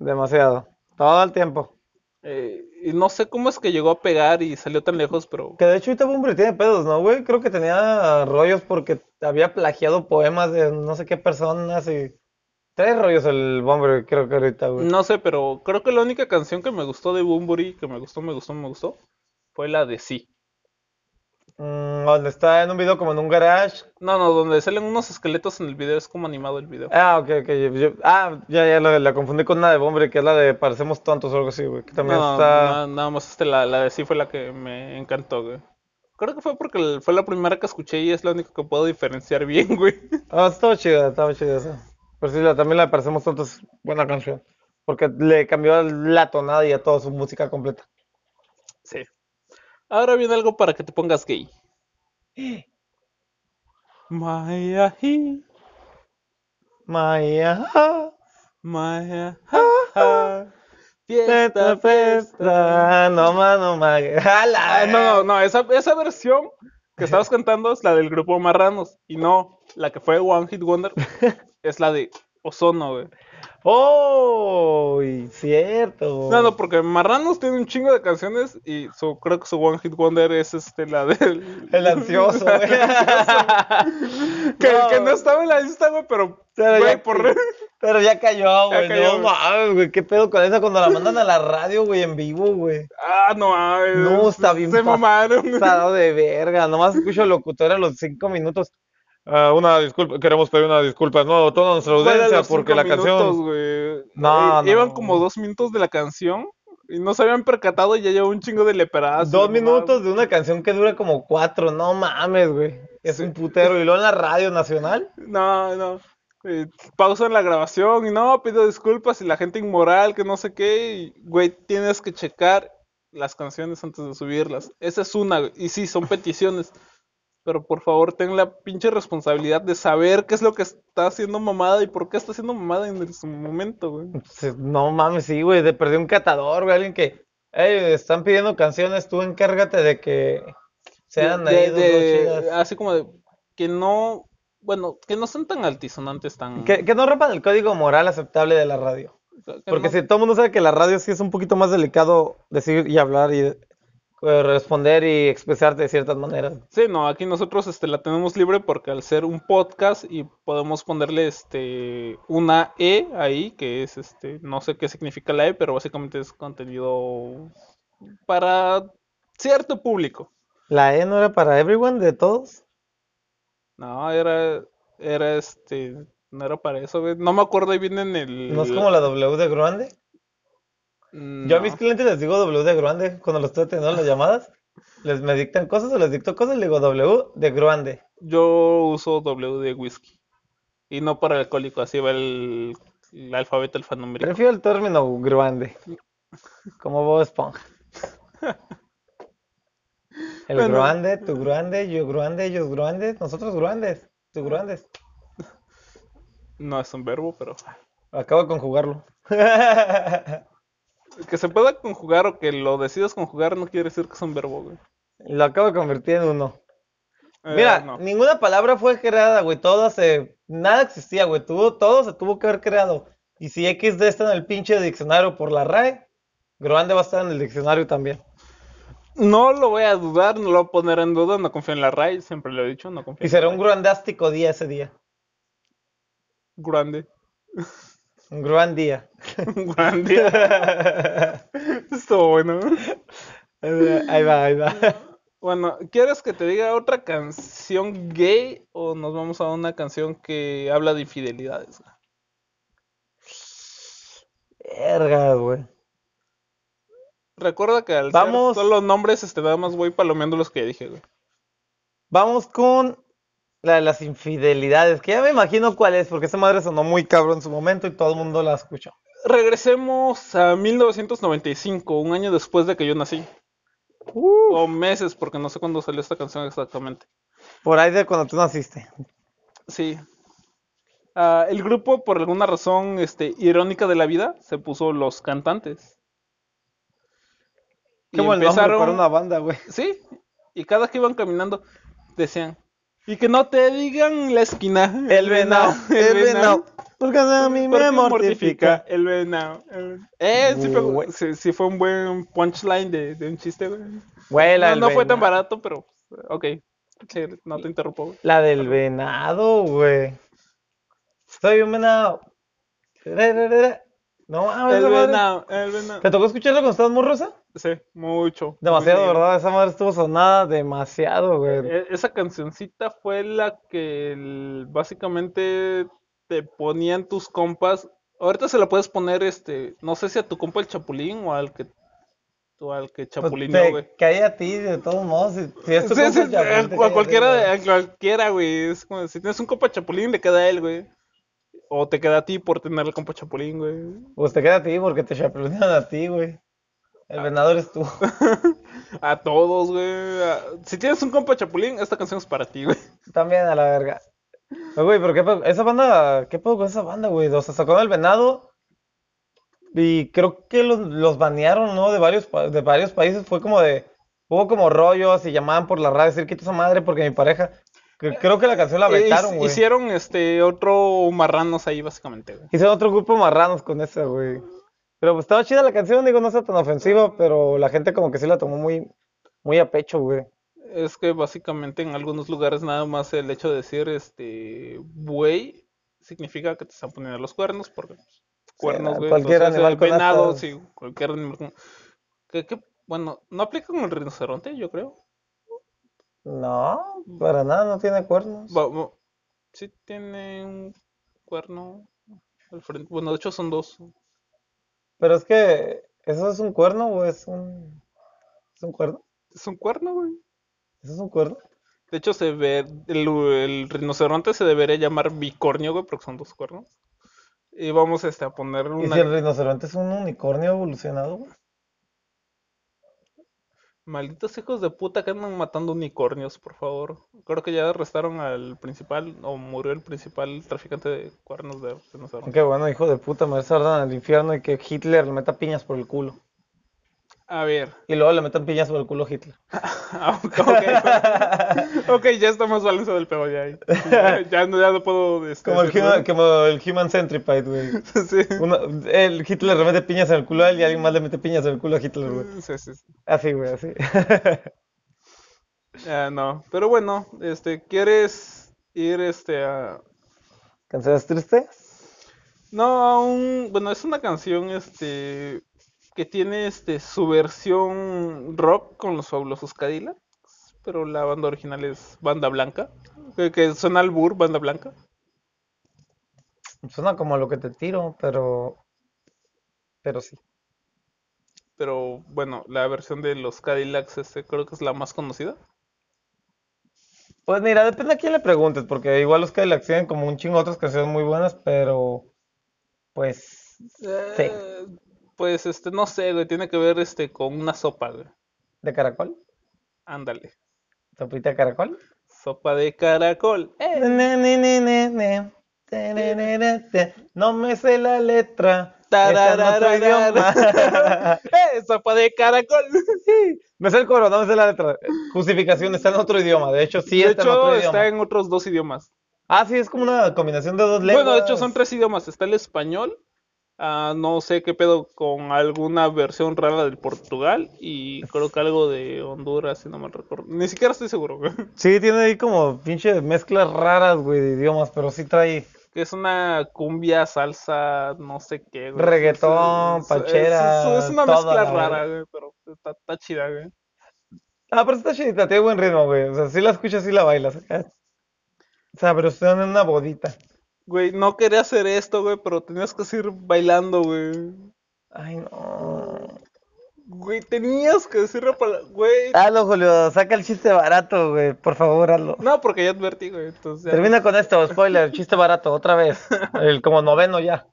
B: Demasiado. Todo el tiempo.
A: Eh, y no sé cómo es que llegó a pegar y salió tan lejos, pero
B: Que de hecho ahorita Bunbury tiene pedos, ¿no, güey? Creo que tenía rollos porque había plagiado poemas de no sé qué personas y... Tres rollos el Bunbury, creo que ahorita, güey.
A: no sé, pero creo que la única canción que me gustó de Boom Burry, que me gustó, me gustó, me gustó, fue la de Sí.
B: Mm, donde está en un video como en un garage.
A: No, no, donde salen unos esqueletos en el video, es como animado el video.
B: Ah, ok, ok. yo- yo- Ah, ya, ya la, la confundí con una de Bunbury, que es la de Parecemos Tontos o algo así, güey. Que también
A: No,
B: está...
A: na- nada más este, la, la de Sí fue la que me encantó, güey. Creo que fue porque el- fue la primera que escuché y es la única que puedo diferenciar bien, güey.
B: Ah, estaba chida, estaba chida esa. Pero sí, la, también la de Parecemos Tontos, buena canción. Porque le cambió la tonada y a toda su música completa.
A: Sí. Ahora viene algo para que te pongas gay. Maya hi,
B: Maya,
A: Maya ha, ha.
B: Fiesta,
A: Fiesta, fiesta.
B: ah, fiesta, no más, no más.
A: Ah, no,
B: eh.
A: no, no, esa, esa versión que estabas cantando es la del grupo Marranos. Y no, la que fue One Hit Wonder es la de Ozono, güey.
B: ¡Oh! y Cierto.
A: No, no, porque Marranos tiene un chingo de canciones y su, creo que su One Hit Wonder es este, la del...
B: El ansioso, güey.
A: Que,
B: No.
A: que no estaba en la lista, güey, pero...
B: Pero
A: güey,
B: ya-
A: por...
B: Pero ya cayó, güey.
A: cayó,
B: No
A: güey.
B: mames, güey. ¿Qué pedo con eso cuando la mandan a la radio, güey, en vivo, güey?
A: Ah, no mames.
B: No, está bien
A: Se
B: pas-
A: mamaron.
B: Estado de verga. Nomás escucho al locutor a los cinco minutos. Ah, una disculpa, queremos pedir una disculpa. No, toda nuestra
A: Fue de
B: audiencia,
A: los cinco
B: porque la
A: minutos,
B: canción.
A: güey.
B: No,
A: Eh,
B: no.
A: Iban como dos minutos de la canción y no se habían percatado y ya llevó un chingo de leperazo.
B: Dos minutos de una canción que dura como cuatro, no mames, güey. Es un putero. Y luego en la radio nacional.
A: No, no. Eh, pausan la grabación y no, pido disculpas y la gente inmoral, que no sé qué. y, güey, tienes que checar las canciones antes de subirlas. Esa es una, güey, y sí, son peticiones. Pero por favor, ten la pinche responsabilidad de saber qué es lo que está haciendo mamada y por qué está haciendo mamada en el- su momento, güey.
B: se- No mames, sí, güey. De perdí un catador, güey. Alguien que Ey, están pidiendo canciones, tú encárgate de que sean
A: De-
B: ahí
A: de-
B: dos, dos
A: de- ah,
B: chidas.
A: así como de que no, bueno, que no sean tan altisonantes, tan...
B: Que, que no rompan el código moral aceptable de la radio.
A: que
B: Porque
A: no-
B: si todo el mundo sabe que la radio sí es un poquito más delicado decir y hablar y eh, responder y expresarte de ciertas maneras.
A: Sí, no, aquí nosotros este, la tenemos libre porque al ser un podcast y podemos ponerle este una E ahí, que es este, no sé qué significa la E, pero básicamente es contenido para cierto público.
B: ¿La E no era para everyone, de todos?
A: No, era, era este, no era para eso, güey. No me acuerdo ahí bien en el.
B: ¿No es como la W de Gruande? Yo a mis
A: No.
B: clientes les digo W de Gruande cuando los estoy atendiendo las llamadas. Les me dictan cosas o les dicto cosas, le digo W de Gruande.
A: Yo uso W de whisky. Y no para alcohólico, así va el, el alfabeto alfanumérico.
B: Prefiero el término Gruande. Como Bob Esponja. El
A: Bueno.
B: Gruande, tu Gruande, yo Gruande, ellos Gruandes, nosotros Gruandes, tú Gruandes.
A: No es un verbo, pero.
B: Acabo de conjugarlo.
A: Que se pueda conjugar o que lo decidas conjugar no quiere decir que es un verbo, güey.
B: Lo acabo de convertir en uno.
A: Eh,
B: Mira,
A: no.
B: ninguna palabra fue creada, güey. Todas se... Nada existía, güey. Tuvo, todo se tuvo que haber creado. Y si XD está en el pinche diccionario por la RAE, Groande va a estar en el diccionario también.
A: No lo voy a dudar, no lo voy a poner en duda, no confío en la RAI, siempre lo he dicho, no confío
B: Y
A: en
B: será un gruandástico día ese día.
A: grande.
B: Un gran día.
A: grande. Estuvo bueno.
B: Ahí va, ahí va.
A: Bueno, ¿quieres que te diga otra canción gay o nos vamos a una canción que habla de infidelidades? güey?
B: Vergas, güey.
A: Recuerda que al ser
B: Vamos.
A: todos los nombres, este, nada más voy palomeando los que dije, güey.
B: Vamos con la de las infidelidades, que ya me imagino cuál es, porque esa madre sonó muy cabrón en su momento y todo el mundo la escuchó.
A: Regresemos a 1995, un año después de que yo nací. O meses, porque no sé cuándo salió esta canción exactamente.
B: Por ahí de cuando tú naciste.
A: Sí. Ah, el grupo, por alguna razón este, irónica de la vida, se puso Los Cantantes. Y
B: Qué buen nombre para
A: empezaron-
B: una banda, güey.
A: Sí, y cada que iban caminando decían, y que no te digan la esquina,
B: El venado, el venado. Porque a mí
A: ¿Por
B: me
A: qué
B: mortifica.
A: El venado. el- Eh, sí fue,
B: Güey.
A: sí- sí fue un buen punchline de, de un chiste, güey.
B: Güey, la
A: No,
B: del
A: no fue tan
B: venado.
A: barato, pero ok. Sí, no te interrumpo, güey.
B: La del venado, güey. Soy un venado. Ra, ra, ra, ra. No mames,
A: El
B: esa madre.
A: venado, el venado.
B: ¿Te tocó escucharla cuando estabas muy rosa?
A: Sí, mucho. muy
B: Demasiado,
A: negro.
B: ¿verdad? Esa madre estuvo sonada demasiado, güey.
A: E- Esa cancioncita fue la que el- básicamente te ponían tus compas. Ahorita se la puedes poner, este, no sé si a tu compa el Chapulín o al que, o al que
B: Pues
A: Chapulineó,
B: te
A: güey.
B: cae a ti, de todos modos. Si, si es tu
A: Sí,
B: compa,
A: sí,
B: el Chapulín, te
A: a-
B: cae a
A: a
B: ti,
A: cualquiera,
B: güey.
A: de- a cualquiera, güey. Es como si tienes un compa Chapulín, le queda a él, güey. O te queda a ti por tener el compa Chapulín, güey.
B: Pues te queda a ti porque te chaperonean a ti, güey.
A: Ah.
B: El venado eres tú.
A: A todos, güey. A- Si tienes un compa Chapulín, esta canción es para ti, güey.
B: También a la verga. Pero, Güey, pero qué pedo- esa banda, qué pedo con esa banda, güey. O sea, sacaron el venado y creo que los, los banearon, ¿no? De varios, pa- de varios países. Fue como de, hubo como rollos y llamaban por la radio a decir, quita esa madre porque mi pareja. Que- creo que la canción la
A: Eh, hic-
B: vetaron, güey.
A: Hicieron este otro marranos ahí, básicamente, güey.
B: Hicieron otro grupo marranos con esa, güey. Pero pues, estaba chida la canción, digo, no está tan ofensiva, pero la gente como que sí la tomó muy, muy a pecho, güey.
A: Es que básicamente en algunos lugares nada más el hecho de decir este buey significa que te están poniendo los cuernos, porque pues, cuernos,
B: a
A: güey,
B: cualquier
A: entonces,
B: animal
A: el
B: con
A: venado,
B: astas.
A: sí, cualquier animal con- que- que, bueno, no aplica con el rinoceronte, yo creo.
B: No, para nada, no tiene cuernos.
A: Va- va- sí tiene un cuerno al frente. Bueno, de hecho son dos.
B: Pero es que, ¿eso es un cuerno o es un... ¿Es un cuerno?
A: Es un cuerno, güey.
B: ¿Eso es un cuerno?
A: De hecho se ve el, el rinoceronte se debería llamar bicornio, güey, porque son dos cuernos. Y vamos este a poner
B: ¿Y si
A: una
B: el rinoceronte es un unicornio evolucionado, güey?
A: Malditos hijos de puta que andan matando unicornios, por favor. Creo que ya arrestaron al principal, o murió el principal traficante de cuernos de rinoceronte.
B: Aunque bueno, hijo de puta, me vas a ardan al infierno y que Hitler le meta piñas por el culo.
A: A ver.
B: Y luego le meten piñas por el culo a Hitler.
A: Ah, ok, ok. Ok, ya está más balanceado el peor ya. Ya, ya no, ya no puedo. este,
B: Como el,
A: hacer
B: human,
A: nada.
B: como el Human Centipede, güey.
A: Sí.
B: Uno- el Hitler le mete piñas en el culo a él y alguien más le mete piñas en el culo a Hitler, güey.
A: Sí, sí, sí.
B: Así, güey, así.
A: Ah, no. Pero bueno, este, ¿quieres ir este a.
B: ¿Canciones tristes?
A: No, a un. Bueno, es una canción este. que tiene este su versión rock con los fabulosos Cadillacs. Pero la banda original es Banda Blanca. Que, que suena al Bur, Banda Blanca.
B: Suena como lo que te tiro, pero. Pero sí.
A: Pero bueno, la versión de los Cadillacs este, creo que es la más conocida.
B: Pues mira, depende a quién le preguntes, porque igual los que le acceden como un chingo de otras canciones muy buenas, pero. Pues.
A: Eh, pues este, no sé, güey, tiene que ver este con una sopa, güey.
B: ¿De caracol?
A: Ándale.
B: ¿Sopita de caracol?
A: Sopa de caracol.
B: Ne, ne, ne, ne, ne. Te, ne, ne, ne, te. No me sé la letra. Ese es nuestro idioma.
A: ¡Eh! ¡Sopa de caracol!
B: Me sé el coro, no me sé la letra. Justificación, está en otro idioma. De hecho, sí
A: de
B: está en
A: hecho,
B: otro
A: está
B: idioma.
A: en otros dos idiomas.
B: Ah, sí, es como una combinación de dos
A: Bueno, de hecho,
B: lenguas.
A: son tres idiomas. Está el español. ah, no sé qué pedo con alguna versión rara del Portugal. Y creo que algo de Honduras, si no mal recuerdo. Ni siquiera estoy seguro, güey.
B: Sí, tiene ahí como pinche mezclas raras, güey, de idiomas, pero sí trae
A: Que es una cumbia, salsa, no sé qué, güey.
B: Reggaetón,
A: Es- es-
B: pachera,
A: Es, es una
B: toda
A: mezcla
B: la
A: rara, güey, pero está, está chida, güey.
B: Ah, pero está chidita, tiene buen ritmo, güey. O sea, si la escuchas, sí la bailas. acá. Sabrosón en una bodita.
A: Güey, no quería hacer esto, güey, pero tenías que seguir bailando, güey.
B: Ay, no.
A: Güey, tenías que decirlo para... Güey.
B: Hazlo, Julio, saca el chiste barato, güey. Por favor, hazlo.
A: No, porque ya advertí, güey. Entonces ya-
B: Termina con esto, spoiler, chiste barato, otra vez. El como noveno ya.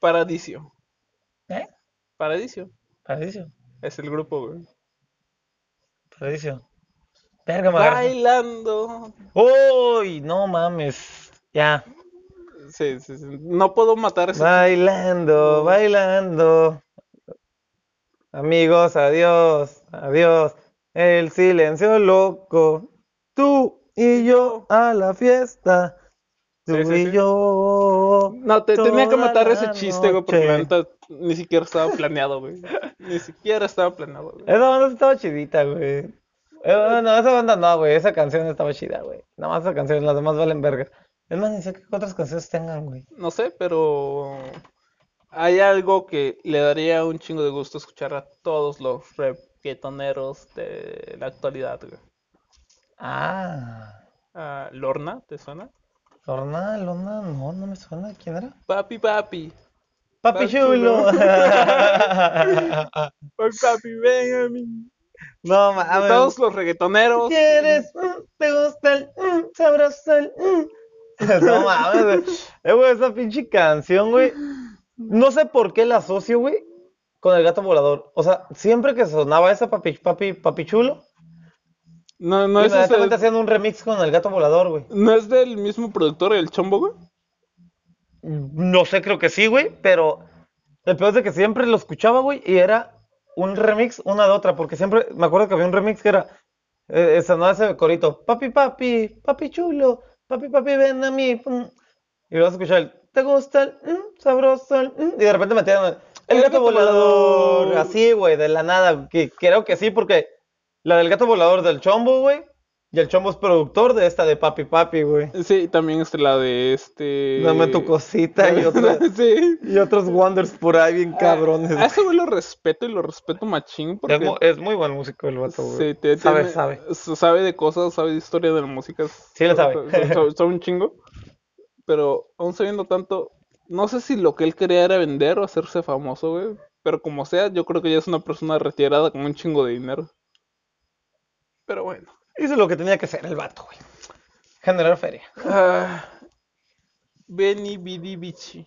A: Paradiso.
B: ¿Eh?
A: Paradiso.
B: Paradiso,
A: Es el grupo, güey.
B: paradiso. Verga, me agarras.
A: Bailando.
B: Uy, no mames. Ya.
A: Sí, sí, sí. No puedo matar ese...
B: Bailando, bailando. Amigos, adiós, adiós. El silencio loco. Tú y yo a la fiesta. Tú
A: Sí, sí,
B: y
A: sí.
B: yo.
A: No, te tenía que
B: toda
A: matar ese
B: la
A: chiste, güey, porque la
B: noche.
A: neta ni siquiera estaba planeado, güey. Ni siquiera estaba planeado, güey.
B: Esa banda estaba chidita, güey. Eh, no, esa banda no, güey. Esa canción estaba chida, güey. Nada más esa canción, las demás valen verga. Es más, ni sé qué otras canciones tengan, güey.
A: No sé, pero hay algo que le daría un chingo de gusto escuchar a todos los reggaetoneros de la actualidad, güey.
B: Ah,
A: Ah, Lorna, ¿te suena?
B: Lorna, Lorna, no, no me suena. ¿Quién era?
A: Papi, papi.
B: Papi
A: Papi chulo.
B: chulo.
A: Papi, papi, ven a mí.
B: No
A: De
B: mames.
A: todos los reggaetoneros.
B: ¿Quieres? Mm, ¿Te gusta el? mm, sabroso el? mm? No mames, güey. Eh, güey, esa pinche canción, güey. No sé por qué la asocio, güey, con el gato volador. O sea, siempre que sonaba esa papi, papi, papi chulo,
A: No, no es ese-
B: inmediatamente hacían un remix con el gato volador, güey.
A: ¿No es del mismo productor, el Chombo, güey?
B: No sé, creo que sí, güey, pero el peor es de que siempre lo escuchaba, güey, y era un remix una de otra, porque siempre me acuerdo que había un remix que era eh, eh, sonaba ese corito, papi, papi, papi chulo, papi, papi, ven a mí, pum. y vas a escuchar el, te gusta el mm, sabroso, el mm", y de repente metían el, el gato volador, así, güey, de la nada, que creo que sí, porque la del gato volador del Chombo, güey, y el Chombo es productor de esta de papi, papi, güey.
A: Sí, también es la de este.
B: Dame tu cosita y otra.
A: Sí.
B: Y otros Wonders por ahí bien cabrones.
A: A ese güey lo respeto y lo respeto machín
B: güey.
A: porque
B: Ah, Es, mu- es muy buen músico el vato, güey.
A: se te-
B: sabe,
A: tiene-
B: sabe.
A: s- sabe de cosas, sabe de historia de la música.
B: Sí lo
A: sabe-
B: sabe.
A: sabe- sabe- sabe un chingo. Pero aún sabiendo tanto, no sé si lo que él quería era vender o hacerse famoso, güey. Pero como sea, yo creo que ya es una persona retirada con un chingo de dinero. Pero bueno.
B: Hizo lo que tenía que hacer el vato, güey. Generar feria.
A: Ah, Benny Bidi Bichi.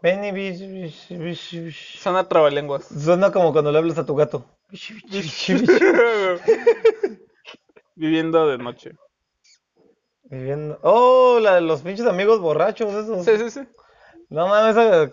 B: Ven y bish, bish, bish, bish.
A: Sana trabalenguas.
B: Suena como cuando le hablas a tu gato. Bish, bish, bish, bish.
A: Viviendo de noche.
B: Viviendo- Oh, la de los pinches amigos borrachos esos.
A: Sí, sí, sí.
B: No mames, esa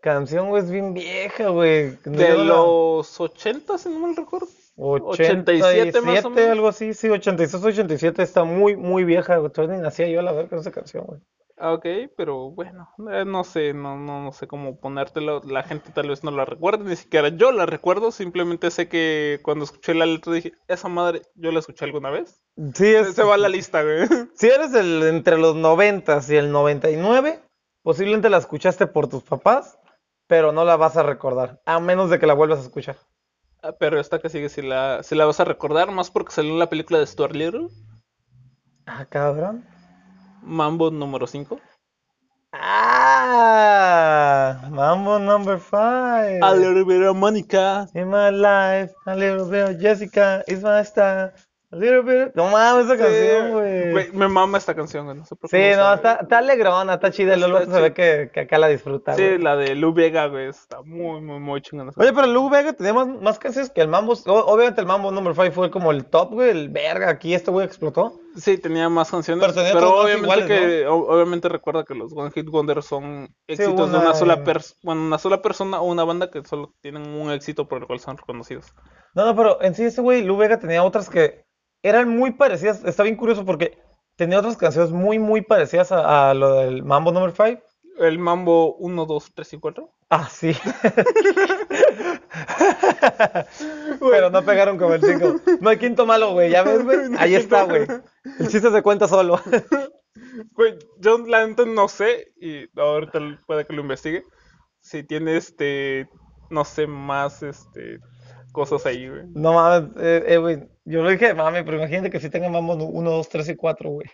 B: canción, güey, es bien vieja, güey.
A: De
B: la-
A: los 80, si no mal recuerdo. 87 más o menos.
B: algo así, sí, 86, 87, está muy, muy vieja, güey. Todavía ni nacía yo a la ver con esa canción, güey.
A: Ah, Ok, pero bueno, eh, no sé, no, no, no sé cómo ponértelo. La gente tal vez no la recuerde, ni siquiera yo la recuerdo. Simplemente sé que cuando escuché la letra dije, esa madre, yo la escuché alguna vez.
B: Sí,
A: Se,
B: es,
A: se va a la lista, güey.
B: si eres del, entre los 90 y el 99, posiblemente la escuchaste por tus papás, pero no la vas a recordar, a menos de que la vuelvas a escuchar.
A: Ah, Pero esta que sigue, si la, si la vas a recordar, más porque salió en la película de Stuart Little,
B: Ah, cabrón.
A: Mambo número 5.
B: Ah, Mambo number five.
A: A little bit of Monica.
B: In my life, a little bit of Jessica is my star. A little bit. of- No mames, esa canción, güey.
A: Güey, Me mama esta canción, güey. No sé por
B: Sí,
A: qué me
B: no,
A: gusta,
B: está, está alegrona, está chida.
A: Está
B: Luego se ve que, que acá la disfruta,
A: güey. Sí,
B: güey.
A: la de Lou Vega, güey. Está muy, muy, muy chingona. esa
B: Oye, pero Lou Vega tenía más, más canciones que el Mambo. O- obviamente el Mambo number 5 fue como el top, güey. El verga, aquí este güey explotó.
A: Sí, tenía más canciones,
B: Pero tenía
A: pero
B: todos
A: obviamente
B: iguales,
A: que o- obviamente recuerda que los One Hit Wonder son éxitos de una
B: una-
A: sola persona, bueno, una sola persona o una banda que solo tienen un éxito por el cual son reconocidos.
B: No, no, pero en sí ese güey, Lou Vega tenía otras que eran muy parecidas. Está bien curioso porque tenía otras canciones muy, muy parecidas a, a lo del Mambo number 5.
A: El Mambo 1, 2, 3 y 4.
B: Ah, sí. Pero no pegaron como el 5. No hay quinto malo, güey. Ya ves, güey.
A: No hay
B: Ahí
A: quinto
B: está, güey.
A: malo.
B: El chiste se cuenta solo.
A: Güey, yo la neta no sé y ahorita l- puede que lo investigue. Si tiene este, no sé, más este cosas ahí, güey.
B: No mames, eh, eh, güey. Yo lo dije, mami, pero imagínate que si tengan mambo 1, 2, 3 y 4, güey.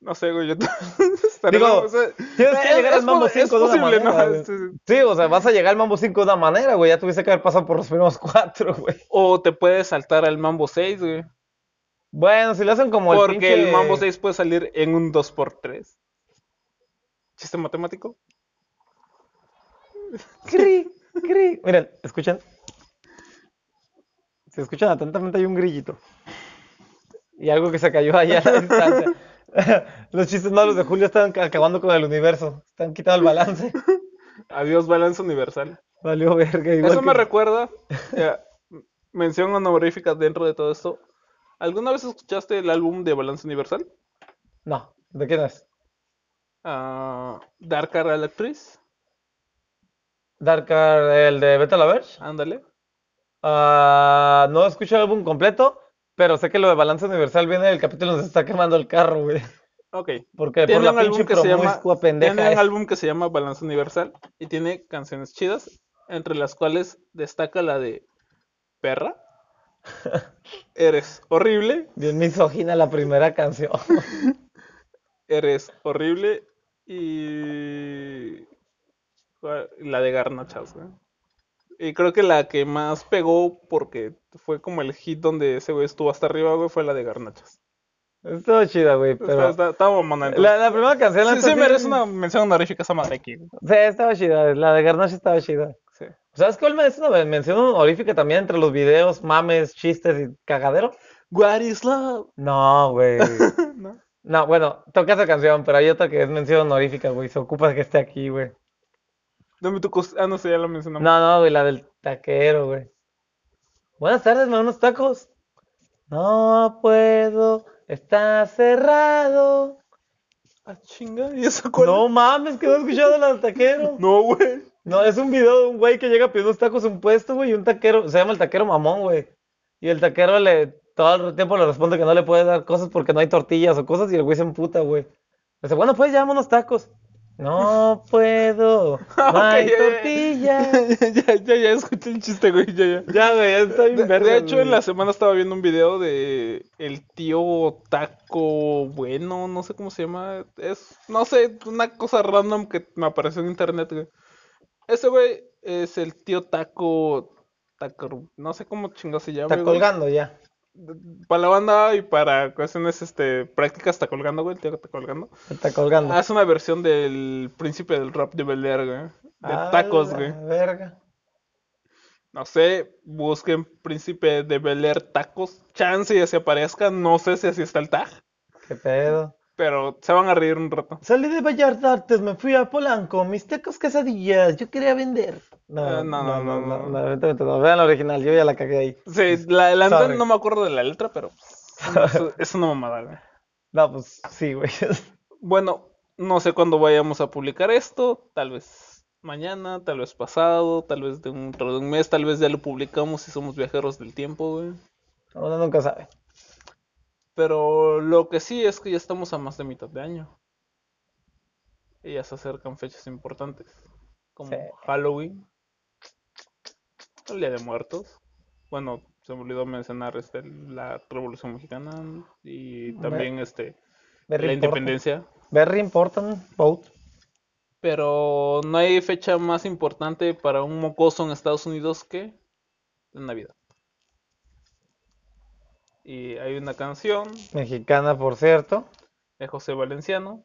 A: No sé, güey, yo estaré
B: Digo,
A: o sea,
B: Tienes que
A: es-
B: llegar
A: es
B: al mambo
A: po- es
B: 5 de una
A: posible, ¿no?
B: manera, güey.
A: Sí, sí.
B: Sí, o sea, vas a llegar al mambo 5 de una manera, güey. Ya tuviste que haber pasado por los primeros 4, güey.
A: O te puedes saltar al Mambo 6, güey.
B: Bueno, si lo hacen como el
A: Porque el
B: pinche-
A: Mambo 6 puede salir en un 2x3. ¿Chiste matemático?
B: Cri, cri. Miren, escuchan. Si escuchan atentamente, hay un grillito. Y algo que se cayó allá a la distancia. Los chistes malos de Julio están ca- acabando con el universo. Están quitando el balance.
A: Adiós, balance universal.
B: Valió verga. Igual
A: Eso me
B: que-
A: recuerda, eh, mención honorífica dentro de todo esto. ¿Alguna vez escuchaste el álbum de Balance Universal?
B: No, ¿de quién es?
A: Ah, Dark Car Electric,
B: Darkar, el de Beta La Verge.
A: ándale.
B: Ah, no escucho el álbum completo, pero sé que lo de Balance Universal viene del capítulo donde se está quemando el carro, güey.
A: Ok.
B: Porque por
A: Tiene
B: la
A: un álbum
B: pinche
A: que se llama,
B: promiscua pendeja eh.
A: tiene un
B: esa.
A: álbum que se llama Balance Universal y tiene canciones chidas, entre las cuales destaca la de Perra, Eres horrible,
B: Bien misógina la primera canción.
A: Eres horrible y ¿cuál? la de Garnachas, güey. Y creo que la que más pegó porque fue como el hit donde ese güey estuvo hasta arriba, güey, fue la de Garnachas.
B: Estuvo chida, güey,
A: Está,
B: pero
A: está, está mamona, entonces.
B: la, la primera canción la
A: Sí,
B: neta,
A: sí
B: sí-
A: merece una mención honorífica esa madre aquí, güey.
B: Sí, estaba chida, la de Garnache estaba chida.
A: Sí.
B: ¿Sabes cuál merece una mención honorífica también entre los videos, mames, chistes y cagadero?
A: What is love?
B: No, güey.
A: ¿No?
B: No, bueno, toca esa canción, pero hay otra que es mención honorífica, güey. Se ocupa que esté aquí, güey.
A: Dame tu cos- Ah, no sé, ya la mencionamos.
B: No, no, güey, la del taquero, güey. Buenas tardes, me dan unos tacos. No puedo, está cerrado.
A: Ah, chinga, ¿y eso cuál?
B: No mames, que no he escuchado la del taquero.
A: No, güey.
B: No, es un video de un güey que llega pidiendo unos tacos a un puesto, güey, y un taquero, se llama el taquero mamón, güey. Y el taquero le, todo el tiempo le responde que no le puede dar cosas porque no hay tortillas o cosas, y el güey se emputa, güey. Le dice, bueno, pues ya dame unos tacos. No puedo,
A: Ah, ok,
B: no hay
A: ya, ya,
B: tortillas.
A: Ya, ya, ya, ya escuché el chiste, güey. Ya, ya.
B: Ya, güey, ya está bien
A: De, de
B: verga,
A: hecho, en
B: güey.
A: la semana estaba viendo un video de el tío taco bueno, no sé cómo se llama. Es, no sé, una cosa random que me apareció en internet, güey. Ese güey es el tío taco. Taco, no sé cómo chingado se llama.
B: Está colgando ya.
A: Para la banda y para cuestiones este, prácticas, está colgando, güey. El tío está colgando.
B: Está colgando.
A: Hace una versión del príncipe del rap de Bel Air, güey. De
B: A
A: tacos,
B: la
A: güey.
B: verga.
A: No sé, busquen príncipe de Bel Air tacos. Chance y así aparezca. No sé si así está el tag.
B: Qué pedo.
A: Pero se van a reír un rato.
B: Salí de Bellas Artes, me fui a Polanco, mis tacos quesadillas, yo quería vender. No,
A: Eh, no,
B: no,
A: no, no,
B: no, no,
A: no.
B: no, vete, vete, no, vean la original, yo ya la cagué ahí.
A: Sí, la, la neta
B: Sorry.
A: no me acuerdo de la letra, pero eso, es una mamada, güey.
B: No, pues sí, güey.
A: Bueno, no sé cuándo vayamos a publicar esto, tal vez mañana, tal vez pasado, tal vez de un, dentro de un mes, tal vez ya lo publicamos si somos viajeros del tiempo, güey.
B: Uno nunca sabe.
A: Pero lo que sí es que ya estamos a más de mitad de año. Y ya se acercan fechas importantes, como
B: Sí.
A: Halloween, el Día de Muertos. Bueno, se me olvidó mencionar este, la Revolución Mexicana y
B: Me-
A: también este,
B: Very
A: la
B: important.
A: independencia.
B: Very important vote.
A: Pero no hay fecha más importante para un mocoso en Estados Unidos que la Navidad. Y hay una canción
B: Mexicana, por cierto.
A: de José Valenciano.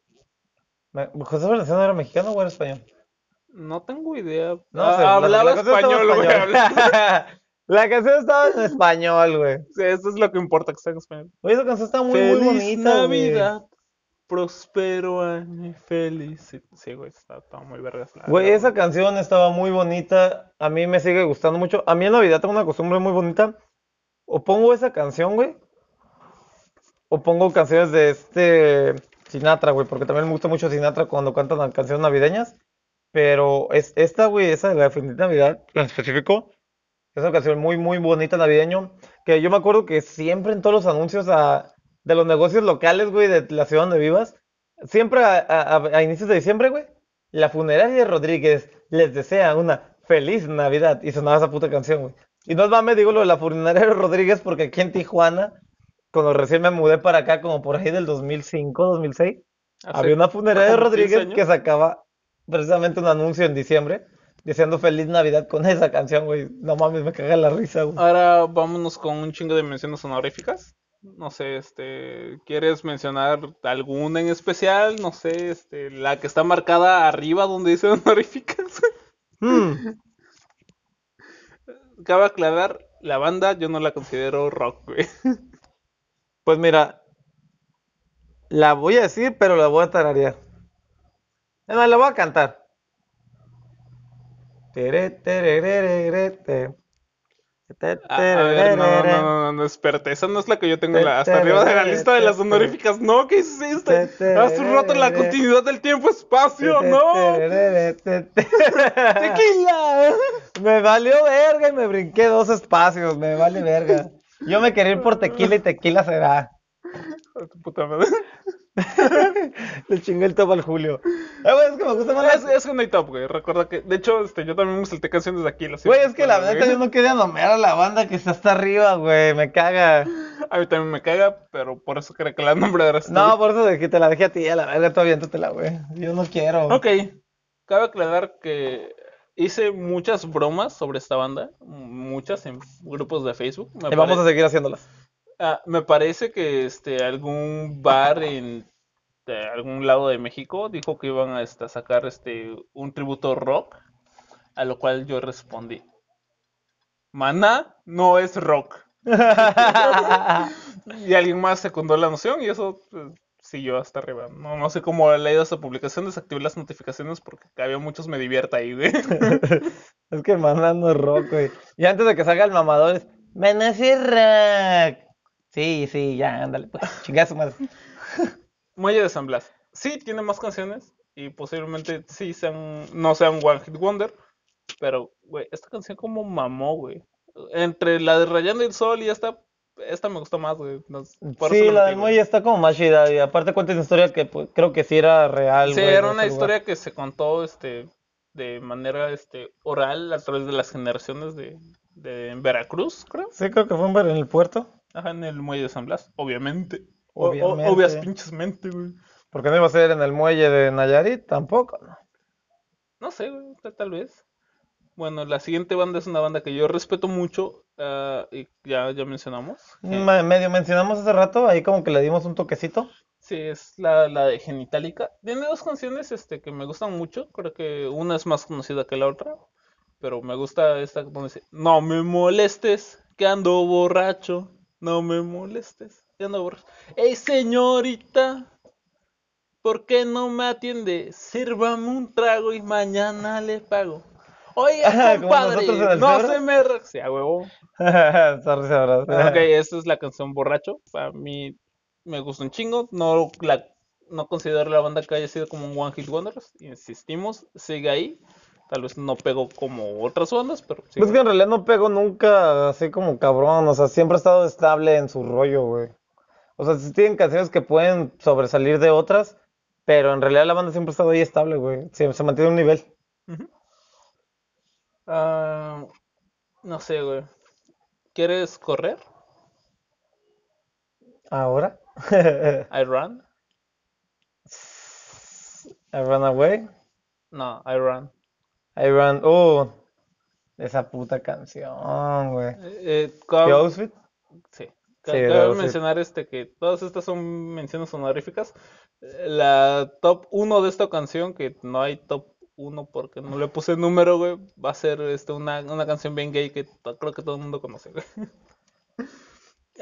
B: Me- José Valenciano era mexicano o era español.
A: No tengo idea.
B: No
A: Ah,
B: sé, la-
A: hablaba
B: la canción estaba
A: español,
B: en
A: güey, hablaba-
B: La canción estaba en español, güey.
A: Sí, eso es lo que importa que sea en español.
B: Oye, esa canción está muy, muy
A: Feliz
B: bonita, güey.
A: Navidad, próspero año y feliz. Sí, güey, está, está muy vergas. la-
B: Güey,
A: la-
B: esa canción estaba muy bonita. A mí me sigue gustando mucho. A mí en Navidad tengo una costumbre muy bonita. O pongo esa canción, güey. O pongo canciones de este Sinatra, güey. Porque también me gusta mucho Sinatra cuando cantan las canciones navideñas. Pero es esta, güey, esa de la Feliz Navidad en específico. Es una canción muy, muy bonita navideño. Que yo me acuerdo que siempre en todos los anuncios a- de los negocios locales, güey, de la ciudad donde vivas. Siempre a- a- a- a inicios de diciembre, güey. La funeraria de Rodríguez les desea una feliz Navidad. Y sonaba esa puta canción, güey. Y no es mame, digo lo de la funeraria de Rodríguez porque aquí en Tijuana, cuando recién me mudé para acá, como por ahí del 2005, 2006,
A: hace-
B: había una funeraria de
A: como 15
B: Rodríguez que
A: años.
B: sacaba precisamente un anuncio en diciembre diciendo feliz Navidad con esa canción, güey. No mames, me caga la risa, güey.
A: Ahora vámonos con un chingo de menciones honoríficas. No sé, este, ¿quieres mencionar alguna en especial? No sé, este, la que está marcada arriba donde dice honoríficas.
B: Mm,
A: Cabe aclarar, la banda yo no la considero rock, güey.
B: Pues mira, la voy a decir, pero la voy a tararear. Es más, la voy a cantar. Tere, tererere, te. Te,
A: A, a ver, no, no,
B: tererere,
A: no, no, no, espérate, esa no es la que yo tengo en la-
B: Te-
A: hasta arriba de la
B: te-
A: lista de
B: te-
A: las
B: te-
A: honoríficas. No, ¿qué hiciste?
B: Te- te-
A: Has roto la
B: te-
A: continuidad del
B: te,
A: tiempo-espacio,
B: te,
A: no.
B: tererere, te, te.
A: Tequila.
B: Me valió verga y me brinqué dos espacios, me vale verga. Yo me quería ir por tequila y tequila será.
A: A Ah, tu puta madre.
B: Le chingué el topo al Julio. Eh, güey, es que me gusta más la-
A: Es, es que no hay top, güey. Recuerda que, de hecho, este, yo también me salté canciones de aquí. lo siento,
B: Güey, es que la
A: güey.
B: neta yo no quería nombrar a la banda que está hasta arriba, güey, me caga.
A: A mí también me caga, pero por eso creo que la nombraras tú.
B: No, por eso de que te la dejé a ti, a la verga, tú aviéntatela, güey. Yo no quiero.
A: Ok. Cabe aclarar que hice muchas bromas sobre esta banda. Muchas en grupos de Facebook. Me,
B: Y vamos a
A: pare-
B: seguir haciéndolas.
A: Ah, me parece que este, algún bar en de algún lado de México dijo que iban a este, sacar este, un tributo rock, a lo cual yo respondí. Maná no es rock. Y alguien más secundó la noción y eso pues, siguió hasta arriba. No, no sé cómo he leído esa publicación, desactivé las notificaciones porque había muchos me divierta ahí, ¿eh? güey.
B: Es que mandando rock, güey. Y antes de que salga el mamador es, "Me nací rock. Sí, sí, ya, ándale, pues, chinga su madre.
A: Muelle de San Blas. Sí, tiene más canciones y posiblemente sí sean, no sean One Hit Wonder, pero, güey, esta canción como mamó, güey. Entre la de Rayando el Sol y esta, esta me gustó más, güey. No sé, por eso
B: Sí,
A: la
B: la
A: metí,
B: del
A: güey.
B: muelle está como más chida. Y aparte cuenta una historia que pues, creo que sí era real,
A: Sí,
B: güey,
A: era
B: de
A: una
B: ese lugar.
A: historia que se contó este, de manera este, oral a través de las generaciones de, de en Veracruz, creo.
B: Sí, creo que fue en Ver- en el puerto.
A: Ajá, en el muelle de San Blas, obviamente. O- o-
B: Obviamente.
A: obvias pinches mente, güey.
B: Porque no iba a ser en el muelle de Nayarit tampoco, ¿no?
A: No sé, güey, ta- tal vez. Bueno, la siguiente banda es una banda que yo respeto mucho ah, y ya, ya mencionamos. que-
B: Me- Medio mencionamos hace rato, ahí como que le dimos un toquecito.
A: Sí, es la, la de Genitalica. Tiene dos canciones este, que me gustan mucho. Creo que una es más conocida que la otra. Pero me gusta esta donde dice, no me molestes, que ando borracho. No me molestes, que ando borracho. ¡Ey, señorita! ¿Por qué no me atiende? Sírvame un trago y mañana le pago. Oye,
B: Ah, como
A: compadre,
B: nosotros en el
A: no
B: cerro.
A: se me... re- Sí, a huevo.
B: Sorry, sabrás.
A: Ah, Ok, esta es la canción Borracho. A mí me gusta un chingo. No, la, no considero la banda que haya sido como un One Hit Wonders. Insistimos, sigue ahí. Tal vez no pegó como otras bandas, pero sigue
B: Es Pues que en realidad no pegó nunca así como cabrón, o sea, siempre ha estado estable en su rollo, güey. O sea, sí tienen canciones que pueden sobresalir de otras, pero en realidad la banda siempre ha estado ahí estable, güey. Se, se mantiene un nivel.
A: Ujú. Ah, no sé, güey. ¿Quieres correr?
B: Ahora.
A: I run.
B: I Run Away.
A: No, I run.
B: I Run. Uh, esa puta canción, güey.
A: Eh, eh,
B: ¿The
A: cab-
B: Outfit?
A: sí.
B: Sí,
A: Ca-
B: de
A: cabe
B: Outfit.
A: mencionar este que todas estas son menciones honoríficas. Eh, La top 1 de esta canción, que no hay top 1 porque no le puse número, güey, va a ser este, una, una canción bien gay que to- creo que todo el mundo conoce, güey.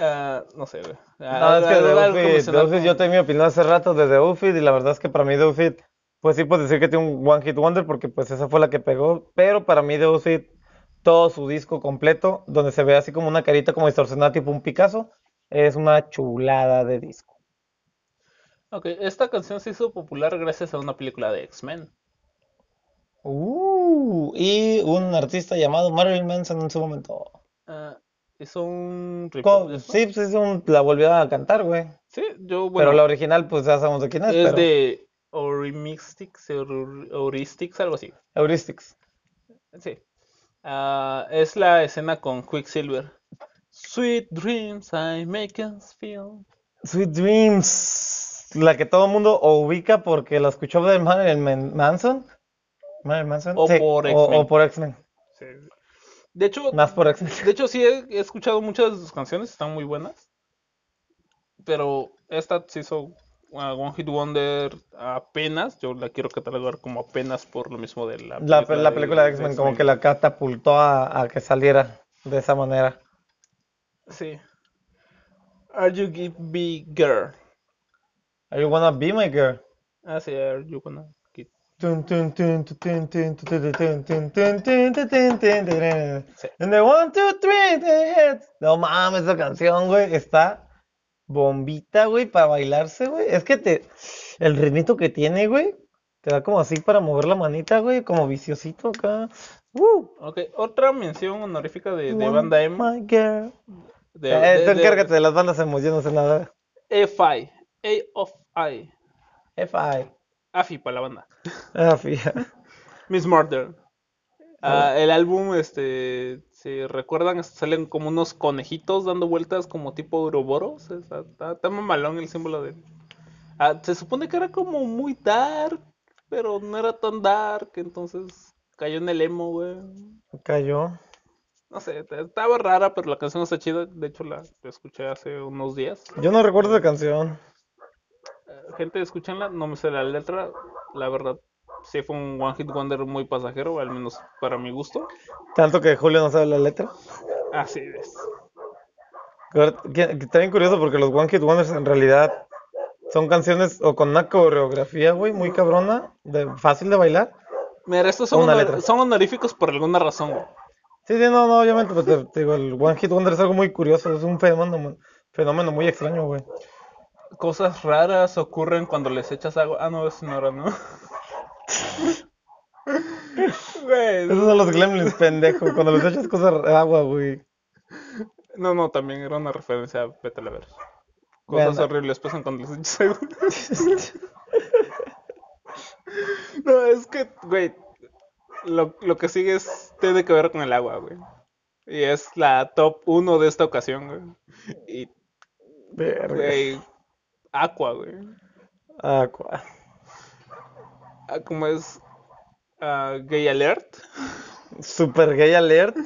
A: Ah, no sé, güey.
B: No, es que
A: Algo-
B: The
A: algo
B: Outfit, The
A: mencionar
B: Outfit, yo
A: como-
B: tengo mi opinión hace rato de The Outfit y la verdad es que para mí The Outfit, pues sí puedo decir que tiene un One Hit Wonder porque pues esa fue la que pegó, pero para mí The Outfit, todo su disco completo, donde se ve así como una carita como distorsionada tipo un Picasso, es una chulada de disco.
A: Ok, esta canción se hizo popular gracias a una película de X-Men.
B: Uh, y un artista llamado Marilyn Manson en su momento.
A: Ah, hizo un rip
B: Co-
A: de eso.
B: sí, pues es un- la volvió a cantar, güey,
A: Sí, yo,
B: pero
A: bueno,
B: la original pues ya sabemos de quién es,
A: es
B: pero
A: de Eurymistics, Eur- Euristics, algo así.
B: Heuristics.
A: Sí. Ah, es la escena con Quicksilver. Sweet dreams I make us feel.
B: Sweet Dreams, la que todo el mundo ubica porque la escuchó de Marilyn Man- Manson. Marilyn Manson,
A: O
B: sí,
A: por
B: o-
A: X-Men.
B: o por X-Men,
A: De hecho,
B: más por X-Men.
A: de hecho sí he, he escuchado muchas de sus canciones, están muy buenas. Pero esta se hizo ah, One Hit Wonder apenas. Yo la quiero catalogar como apenas por lo mismo de la
B: La, pe- la película de X-Men como que la catapultó a, a que saliera de esa manera.
A: Sí. Are you give me girl?
B: Are you wanna be my girl?
A: Ah, sí, are you gonna get-
B: Tun, tun, tun, tu, tun, tun, tu, tu, tu, tun, tun, tun, tun, tu, tun, tun, tu, tun.
A: Sí.
B: And the one, two, three, the heads. No mames, esa canción, güey, está bombita, güey, para bailarse, güey. Es que te, el ritmito que tiene, güey, te da como así para mover la manita, güey, como viciosito acá. Uh,
A: Ok, otra mención honorífica de, de
B: one,
A: banda emo.
B: My girl.
A: De,
B: Eh,
A: de-
B: tú
A: de-
B: encárgate de las bandas emo, yo no sé nada.
A: AFI. A of I.
B: F.I.
A: AFI para la banda.
B: Ah, fija.
A: Miss Murder. Ah, el álbum, este, si recuerdan, este, salen como unos conejitos dando vueltas como tipo Ouroboros. Está, está, está mamalón el símbolo de... Ah, se supone que era como muy dark, pero no era tan dark, entonces cayó en el emo, güey.
B: Cayó.
A: No sé, t- estaba rara, pero la canción está chida. De hecho, la, la escuché hace unos días.
B: Yo no recuerdo esa canción.
A: Eh, Gente, escúchenla, no me sé la letra. La verdad, sí fue un One Hit Wonder muy pasajero, al menos para mi gusto.
B: Tanto que Julio no sabe la letra.
A: Así es.
B: Ahora, que- que Está bien curioso porque los One Hit Wonders en realidad son canciones o con una coreografía, güey, muy cabrona, de, fácil de bailar.
A: Mira, estos son,
B: Una
A: honor-
B: letra.
A: son honoríficos por alguna razón, güey.
B: Sí, sí, no, no, obviamente, pero te, te digo, el One Hit Wonder es algo muy curioso, es un fenómeno, mu- fenómeno muy extraño, güey.
A: Cosas raras ocurren cuando les echas agua. Ah, no, es no era, ¿no? Güey,
B: Esos son los Gremlins, pendejo, cuando les echas cosas de agua, güey.
A: no, no, también era una referencia a Vete a la verga. Cosas
B: Vean,
A: horribles pasan cuando les echas agua. No, es que, güey, lo, lo que sigue es, tiene que ver con el agua, güey. Y es la top 1 de esta ocasión, güey. Y,
B: verga.
A: güey, Aqua, güey.
B: Aqua.
A: Ah, ¿Cómo es? Ah, Gay Alert.
B: Super gay alert.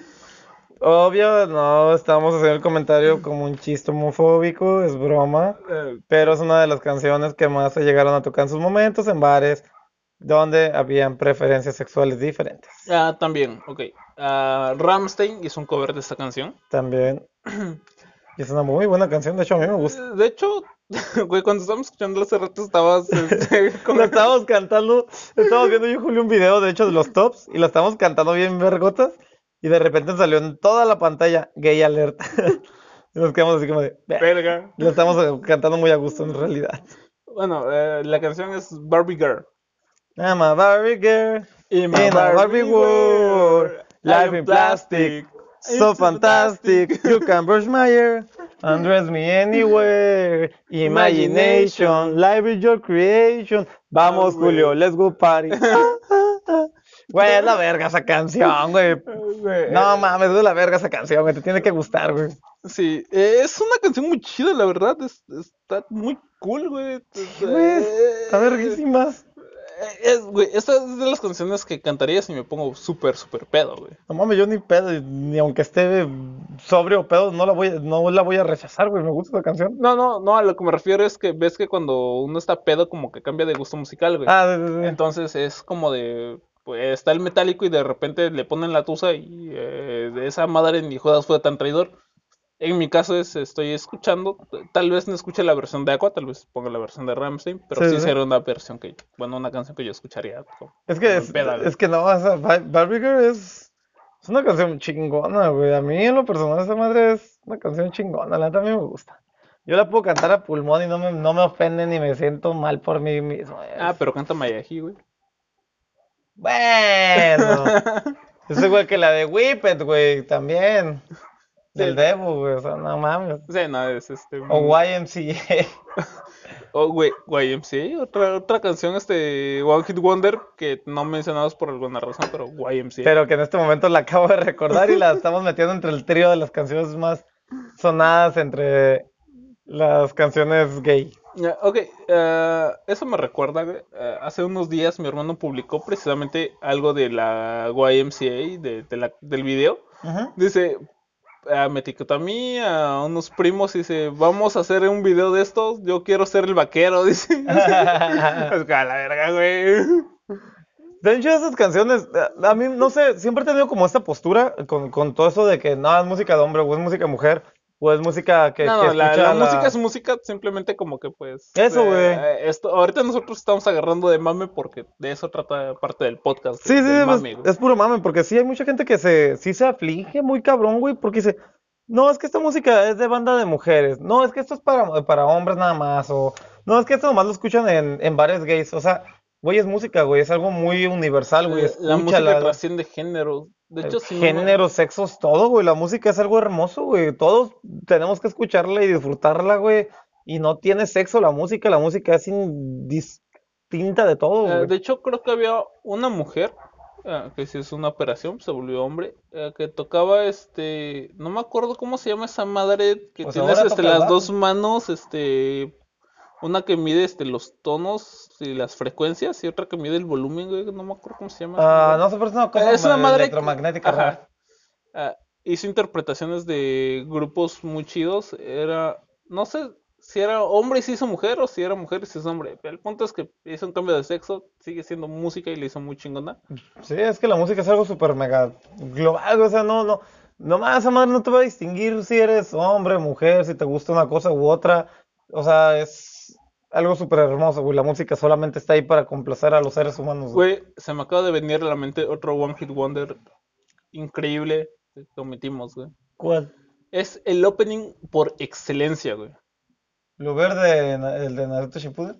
B: Obvio, no, estamos haciendo el comentario como un chiste homofóbico, es broma.
A: Eh,
B: pero es una de las canciones que más se llegaron a tocar en sus momentos en bares donde habían preferencias sexuales diferentes.
A: ah, también, ok. Ah, Rammstein hizo un cover de esta canción. Pues,
B: También. Y es una muy buena canción, de hecho a mí me gusta.
A: Eh, De hecho, Güey, cuando estábamos escuchando hace rato estabas este, con
B: Lo estábamos cantando, estábamos viendo yo y Julio un video, de hecho, de los tops, y lo estábamos cantando bien vergotas, y de repente salió en toda la pantalla gay alert. y nos quedamos así como de, "Ve".
A: verga.
B: lo estamos eh, cantando muy a gusto en realidad.
A: Bueno, eh, la canción es Barbie Girl.
B: I'm a Barbie girl
A: In
B: in a Barbie world, life in plastic, so fantastic, you can brush my hair, undress me anywhere, imagination, life is your creation, vamos
A: Ah, güey.
B: Julio, let's go party. Ah, ah, ah. Güey, es la verga esa canción, güey.
A: eh,
B: No mames, es la verga esa canción, güey. Te tiene que gustar, güey.
A: Sí, eh, es una canción muy chida, la verdad. es- está muy cool, güey. Eh,
B: Güey, está verguísimas.
A: Es, güey, esta es de las canciones que cantaría si me pongo súper, súper pedo, güey.
B: No mames, yo ni pedo, ni aunque esté sobrio o pedo, no la voy, no la voy a rechazar, güey. Me gusta esa canción.
A: No, no, no, a lo que me refiero es que ves que cuando uno está pedo como que cambia de gusto musical, güey.
B: Ah, sí, sí, sí.
A: Entonces es como de, pues está el metálico y de repente le ponen la tusa y eh, de esa madre ni jodas fue tan traidor. En mi caso es, estoy escuchando, tal vez no escuche la versión de Aqua, tal vez ponga la versión de Ramstein, pero
B: Sí,
A: sí,
B: sí.
A: será una versión que, bueno, una canción que yo escucharía. como-
B: Es que,
A: como
B: es,
A: peda, güey.
B: es que no, esa Ba- Barbie Girl es, es una canción chingona, güey. A mí, en lo personal, esa madre es una canción chingona. La neta, a mí me gusta. Yo la puedo cantar a pulmón y no me, no me ofende ni me siento mal por mí mismo.
A: Ah, pero canta Mayaji, güey.
B: Bueno. Es igual que la de Whippet, güey, también. Del
A: Sí.
B: Devo, güey. O sea, no mames.
A: O sea, no, es este...
B: O YMCA.
A: Oh, güey, YMCA, otra, otra canción, este, One Hit Wonder, que no mencionamos por alguna razón, pero YMCA.
B: Pero que en este momento la acabo de recordar y la estamos metiendo entre el trío de las canciones más sonadas entre las canciones gay.
A: Ya, Ok, eh, eso me recuerda, güey, eh, hace unos días mi hermano publicó precisamente algo de la YMCA, de, de la- del video. Dice, ah, me etiquetó a mí, a unos primos, y dice, vamos a hacer un video de estos, yo quiero ser el vaquero, dice. Es que a la verga, güey.
B: De hecho, esas canciones, a- a mí, no sé, siempre he tenido como esta postura con, con todo eso de que no, es música de hombre, o es música de mujer, o es música que,
A: No,
B: que
A: no, la, la
B: escucha la-
A: música es música, simplemente como que pues.
B: Eso, güey.
A: eh, esto, ahorita nosotros estamos agarrando de mame porque de eso trata parte del podcast.
B: Sí,
A: del
B: sí, es,
A: mame, güey.
B: es puro mame, porque sí hay mucha gente que se, sí se aflige muy cabrón, güey, porque dice, no, es que esta música es de banda de mujeres, no, es que esto es para, para hombres nada más, o no, es que esto nomás lo escuchan en, en bares gays, o sea, güey, es música, güey, es algo muy universal, güey,
A: Eh, la música
B: escúchala,
A: trasciende género. De hecho, si no me-
B: géneros, sexos, todo, güey, la música es algo hermoso, güey, todos tenemos que escucharla y disfrutarla, güey, y no tiene sexo la música, la música es indistinta de todo,
A: eh,
B: güey.
A: de hecho, creo que había una mujer eh, que si es una operación, se volvió hombre, eh, que tocaba este. No me acuerdo cómo se llama esa madre que
B: Pues
A: tienes
B: ahora
A: este,
B: toca el
A: las
B: bajo.
A: dos manos, este. Una que mide este, los tonos y las frecuencias y otra que mide el volumen, güey, no me acuerdo cómo se llama.
B: Ah, no sé, pero es una cosa
A: Es una
B: ma-
A: madre que-
B: electromagnética,
A: Ajá.
B: rara.
A: Ah, hizo interpretaciones de grupos muy chidos. Era, no sé si era hombre y se hizo mujer o si era mujer y se hizo hombre. pero El punto es que hizo un cambio de sexo, sigue siendo música y le hizo muy chingona.
B: Sí, es que la música es algo súper mega global, o sea, no, no, nomás esa madre no te va a distinguir si eres hombre, mujer, si te gusta una cosa u otra, o sea, es algo súper hermoso, güey, la música solamente está ahí para complacer a los seres humanos, güey.
A: Güey, se me acaba de venir a la mente otro One Hit Wonder increíble que cometimos, güey.
B: ¿Cuál?
A: Es el opening por excelencia, güey.
B: ¿Lo verde, na- el de Naruto Shippuden?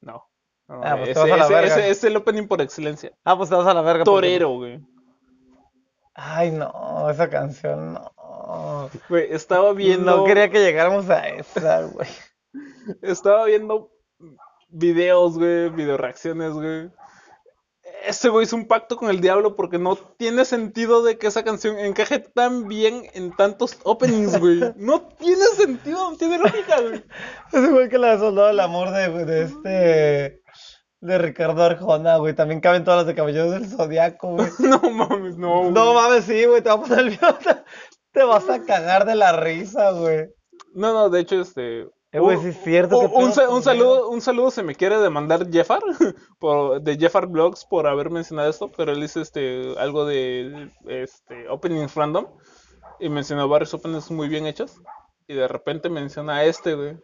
A: No. No,
B: Ah, pues
A: ese-
B: te vas a la
A: ese-
B: verga.
A: ese es el opening por excelencia.
B: Ah, pues te vas a la verga. porque-
A: Torero, güey.
B: Ay, no, esa canción, no.
A: Güey, estaba viendo.
B: No quería que llegáramos a esa, güey.
A: Estaba viendo videos, güey, video reacciones, güey. Este güey hizo un pacto con el diablo porque no tiene sentido de que esa canción encaje tan bien en tantos openings, güey. No tiene sentido, no tiene lógica, güey.
B: Es igual que la de Soldado del Amor de, de este. De Ricardo Arjona, güey. También caben todas las de Caballeros del Zodiaco, güey.
A: No mames, no. güey.
B: No mames, sí, güey. Te va a poner el Te vas a cagar de la risa, güey.
A: No, no, de hecho, este.
B: Eh, güey,
A: un-
B: sí es cierto,
A: un-
B: qué pedo
A: un, sa-
B: con
A: un saludo, un saludo se me quiere demandar Jeffar por, de Jeffar Blogs por haber mencionado esto, pero él hizo este algo de este openings random y mencionó varios openings muy bien hechos y de repente menciona a este, güey.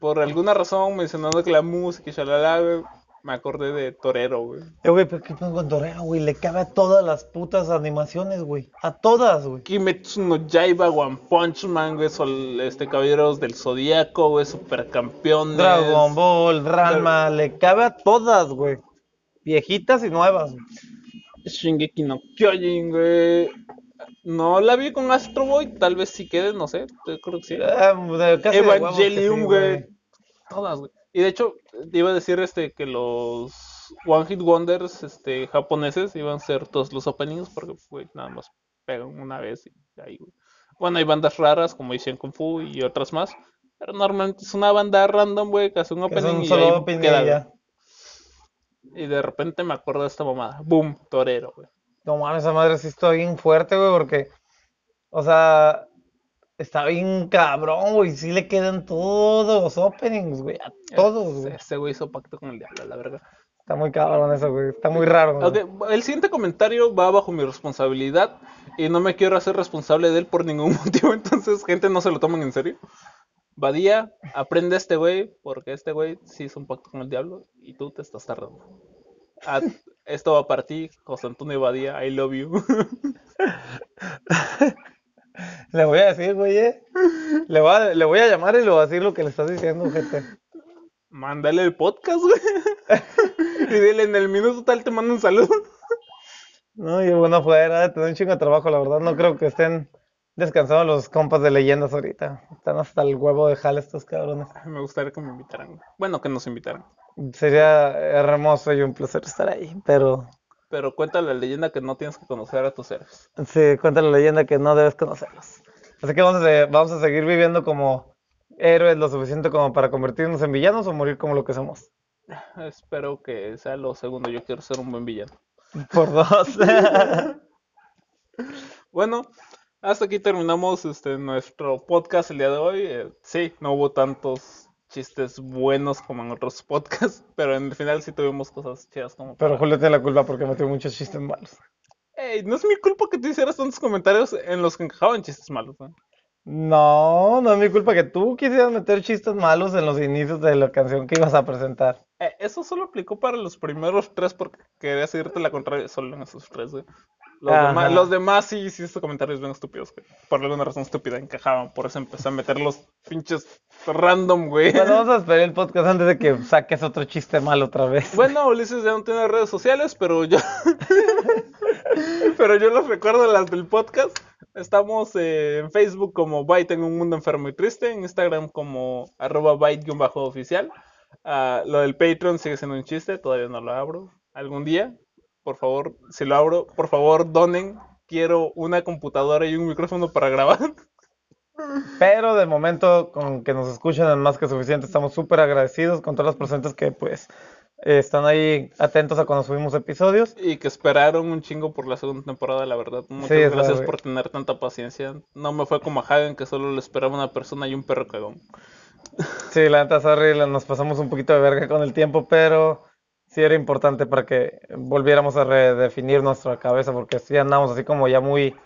A: Por alguna razón, mencionando que la música y shalala, güey, me acordé de Torero, güey.
B: Eh, güey, pero qué pedo con Torero, güey. Le cabe a todas las putas animaciones, güey. A todas, güey.
A: Kimetsu no Yaiba, One Punch Man, güey, Sol- este, Caballeros del Zodíaco, güey, Supercampeones.
B: Dragon Ball, Ranma, le cabe a todas, güey. Viejitas y nuevas. güey.
A: Shingeki no Kyojin, güey. No la vi con Astro Boy, tal vez si quede, no sé, yo creo que sí.
B: Ah, de- casi de huevos que sí,
A: Evangelium, güey. Todas, güey. Y de hecho, te iba a decir este que los One Hit Wonders este, japoneses iban a ser todos los openings porque, güey, nada más pegan una vez y ahí, güey. Bueno, hay bandas raras como Ishin Kung Fu y otras más, pero normalmente es una banda random, güey, que hace un
B: Que es
A: opening
B: un
A: y
B: solo
A: ahí
B: opening
A: queda,
B: y
A: güey.
B: ya.
A: Y de repente me acuerdo de esta mamada. Boom, torero, güey.
B: No mames, esa madre sí está bien fuerte, güey, porque, o sea, está bien cabrón, güey. Sí le quedan todos los openings, güey,
A: Eh,
B: a todos, güey.
A: Ese güey hizo pacto con el diablo, la verga.
B: Está muy cabrón eso, güey. Está muy raro, güey.
A: Ok, el siguiente comentario va bajo mi responsabilidad y no me quiero hacer responsable de él por ningún motivo, entonces gente no se lo tomen en serio. Badía, aprende a este güey porque este güey sí hizo un pacto con el diablo y tú te estás tardando. Ah, esto va para ti, José Antonio Badía, I love you.
B: Le voy a decir, güey, eh. Le voy a, le voy a llamar y le voy a decir lo que le estás diciendo, gente.
A: Mándale el podcast, güey. Y dile, en el minuto tal te mando un saludo.
B: No, y bueno, fuera, tener un chingo de trabajo, la verdad. No creo que estén descansando los compas de leyendas ahorita. Están hasta el huevo de jale estos cabrones.
A: Me gustaría que me invitaran. güey. Bueno, que nos invitaran.
B: Sería hermoso y un placer estar ahí, pero
A: Pero cuenta la leyenda que no tienes que conocer a tus seres.
B: se cuenta la leyenda que no debes conocerlos. Así que vamos a, se- vamos a seguir viviendo como héroes lo suficiente como para convertirnos en villanos o morir como lo que somos.
A: Espero que sea lo segundo. Yo quiero ser un buen villano.
B: Por dos.
A: Bueno, hasta aquí terminamos este, nuestro podcast el día de hoy. Eh, sí, no hubo tantos chistes buenos como en otros podcasts, pero en el final sí tuvimos cosas chidas como...
B: Pero Julio tiene la culpa porque metió muchos chistes malos.
A: Ey, no es mi culpa que tú hicieras tantos comentarios en los que encajaban chistes malos. ¿no?
B: No, no es mi culpa que tú quisieras meter chistes malos en los inicios de la canción que ibas a presentar.
A: Eh, eso solo aplicó para los primeros tres porque querías irte la contraria solo en esos tres, güey. Los,
B: Ajá.
A: demás, los demás sí hiciste comentarios bien estúpidos, güey. Por alguna razón estúpida encajaban, por eso empecé a meter los pinches random, güey.
B: Bueno, vamos a esperar el podcast antes de que saques otro chiste malo otra vez.
A: Bueno, Ulises ya no tiene redes sociales, pero yo. pero yo los recuerdo las del podcast. Estamos eh, en Facebook como Byte en un mundo enfermo y triste, en Instagram como arroba byte-oficial. Ah, lo del Patreon sigue siendo un chiste, todavía no lo abro. Algún día, por favor, si lo abro, por favor donen. Quiero una computadora y un micrófono para grabar.
B: Pero de momento, con que nos escuchen es más que suficiente, estamos súper agradecidos con todas las personas que pues eh, están ahí atentos a cuando subimos episodios.
A: Y que esperaron un chingo por la segunda temporada, la verdad. Muchas
B: Sí, es la
A: gracias
B: verdad.
A: por tener tanta paciencia. No me fue como a Hagen, que solo le esperaba una persona y un perro cagón.
B: Sí, la neta, sorry, la- nos pasamos un poquito de verga con el tiempo, pero sí era importante para que volviéramos a redefinir nuestra cabeza, porque sí andamos así como ya muy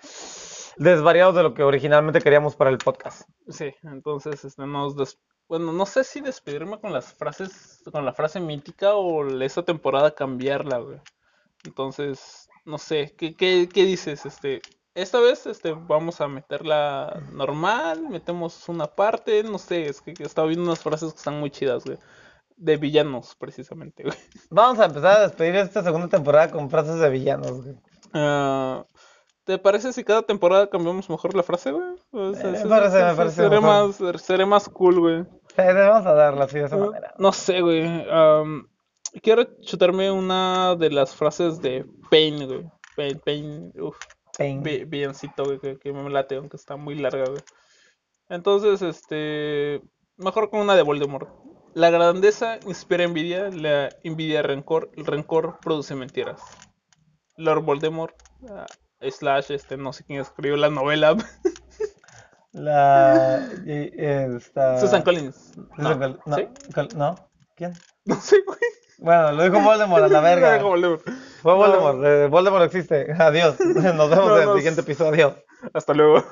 B: desvariados de lo que originalmente queríamos para el podcast.
A: Sí, entonces este, nos des- Bueno, no sé si despedirme con las frases, con la frase mítica o esta temporada cambiarla, güey. Entonces, no sé, ¿qué, qué, qué dices? Este, esta vez este, vamos a meterla normal, metemos una parte, no sé, es que que estaba viendo unas frases que están muy chidas, güey. De villanos, precisamente, güey.
B: Vamos a empezar a despedir esta segunda temporada con frases de villanos, güey.
A: Ah, ¿te parece si cada temporada cambiamos mejor la frase, güey? O sea,
B: Eh, me
A: se-
B: parece,
A: se-
B: me
A: se-
B: parece
A: seré más,
B: mejor.
A: seré más cool, güey.
B: Sí, Vamos a darla así de esa
A: Ah,
B: manera.
A: No sé, güey. Am, quiero chutarme una de las frases de Pain, güey. Pain, Pain, uf,
B: Ping.
A: bi- biencito, güey, que, que me late, aunque está muy larga, güey. Entonces, este, mejor con una de Voldemort. La grandeza inspira envidia, la envidia rencor, el rencor produce mentiras. Lord Voldemort, ah, slash, este, no sé quién escribió la novela,
B: La. y- esta-
A: Susan Collins.
B: Ah, Susan Col- No.
A: ¿sí?
B: Col- no. ¿Quién?
A: No sé, güey.
B: Bueno, lo dijo Voldemort a
A: La
B: la verga.
A: dejó Voldemort.
B: Fue Voldemort. eh, Voldemort existe. Adiós. Nos vemos
A: No,
B: en
A: no.
B: el siguiente episodio.
A: Hasta luego.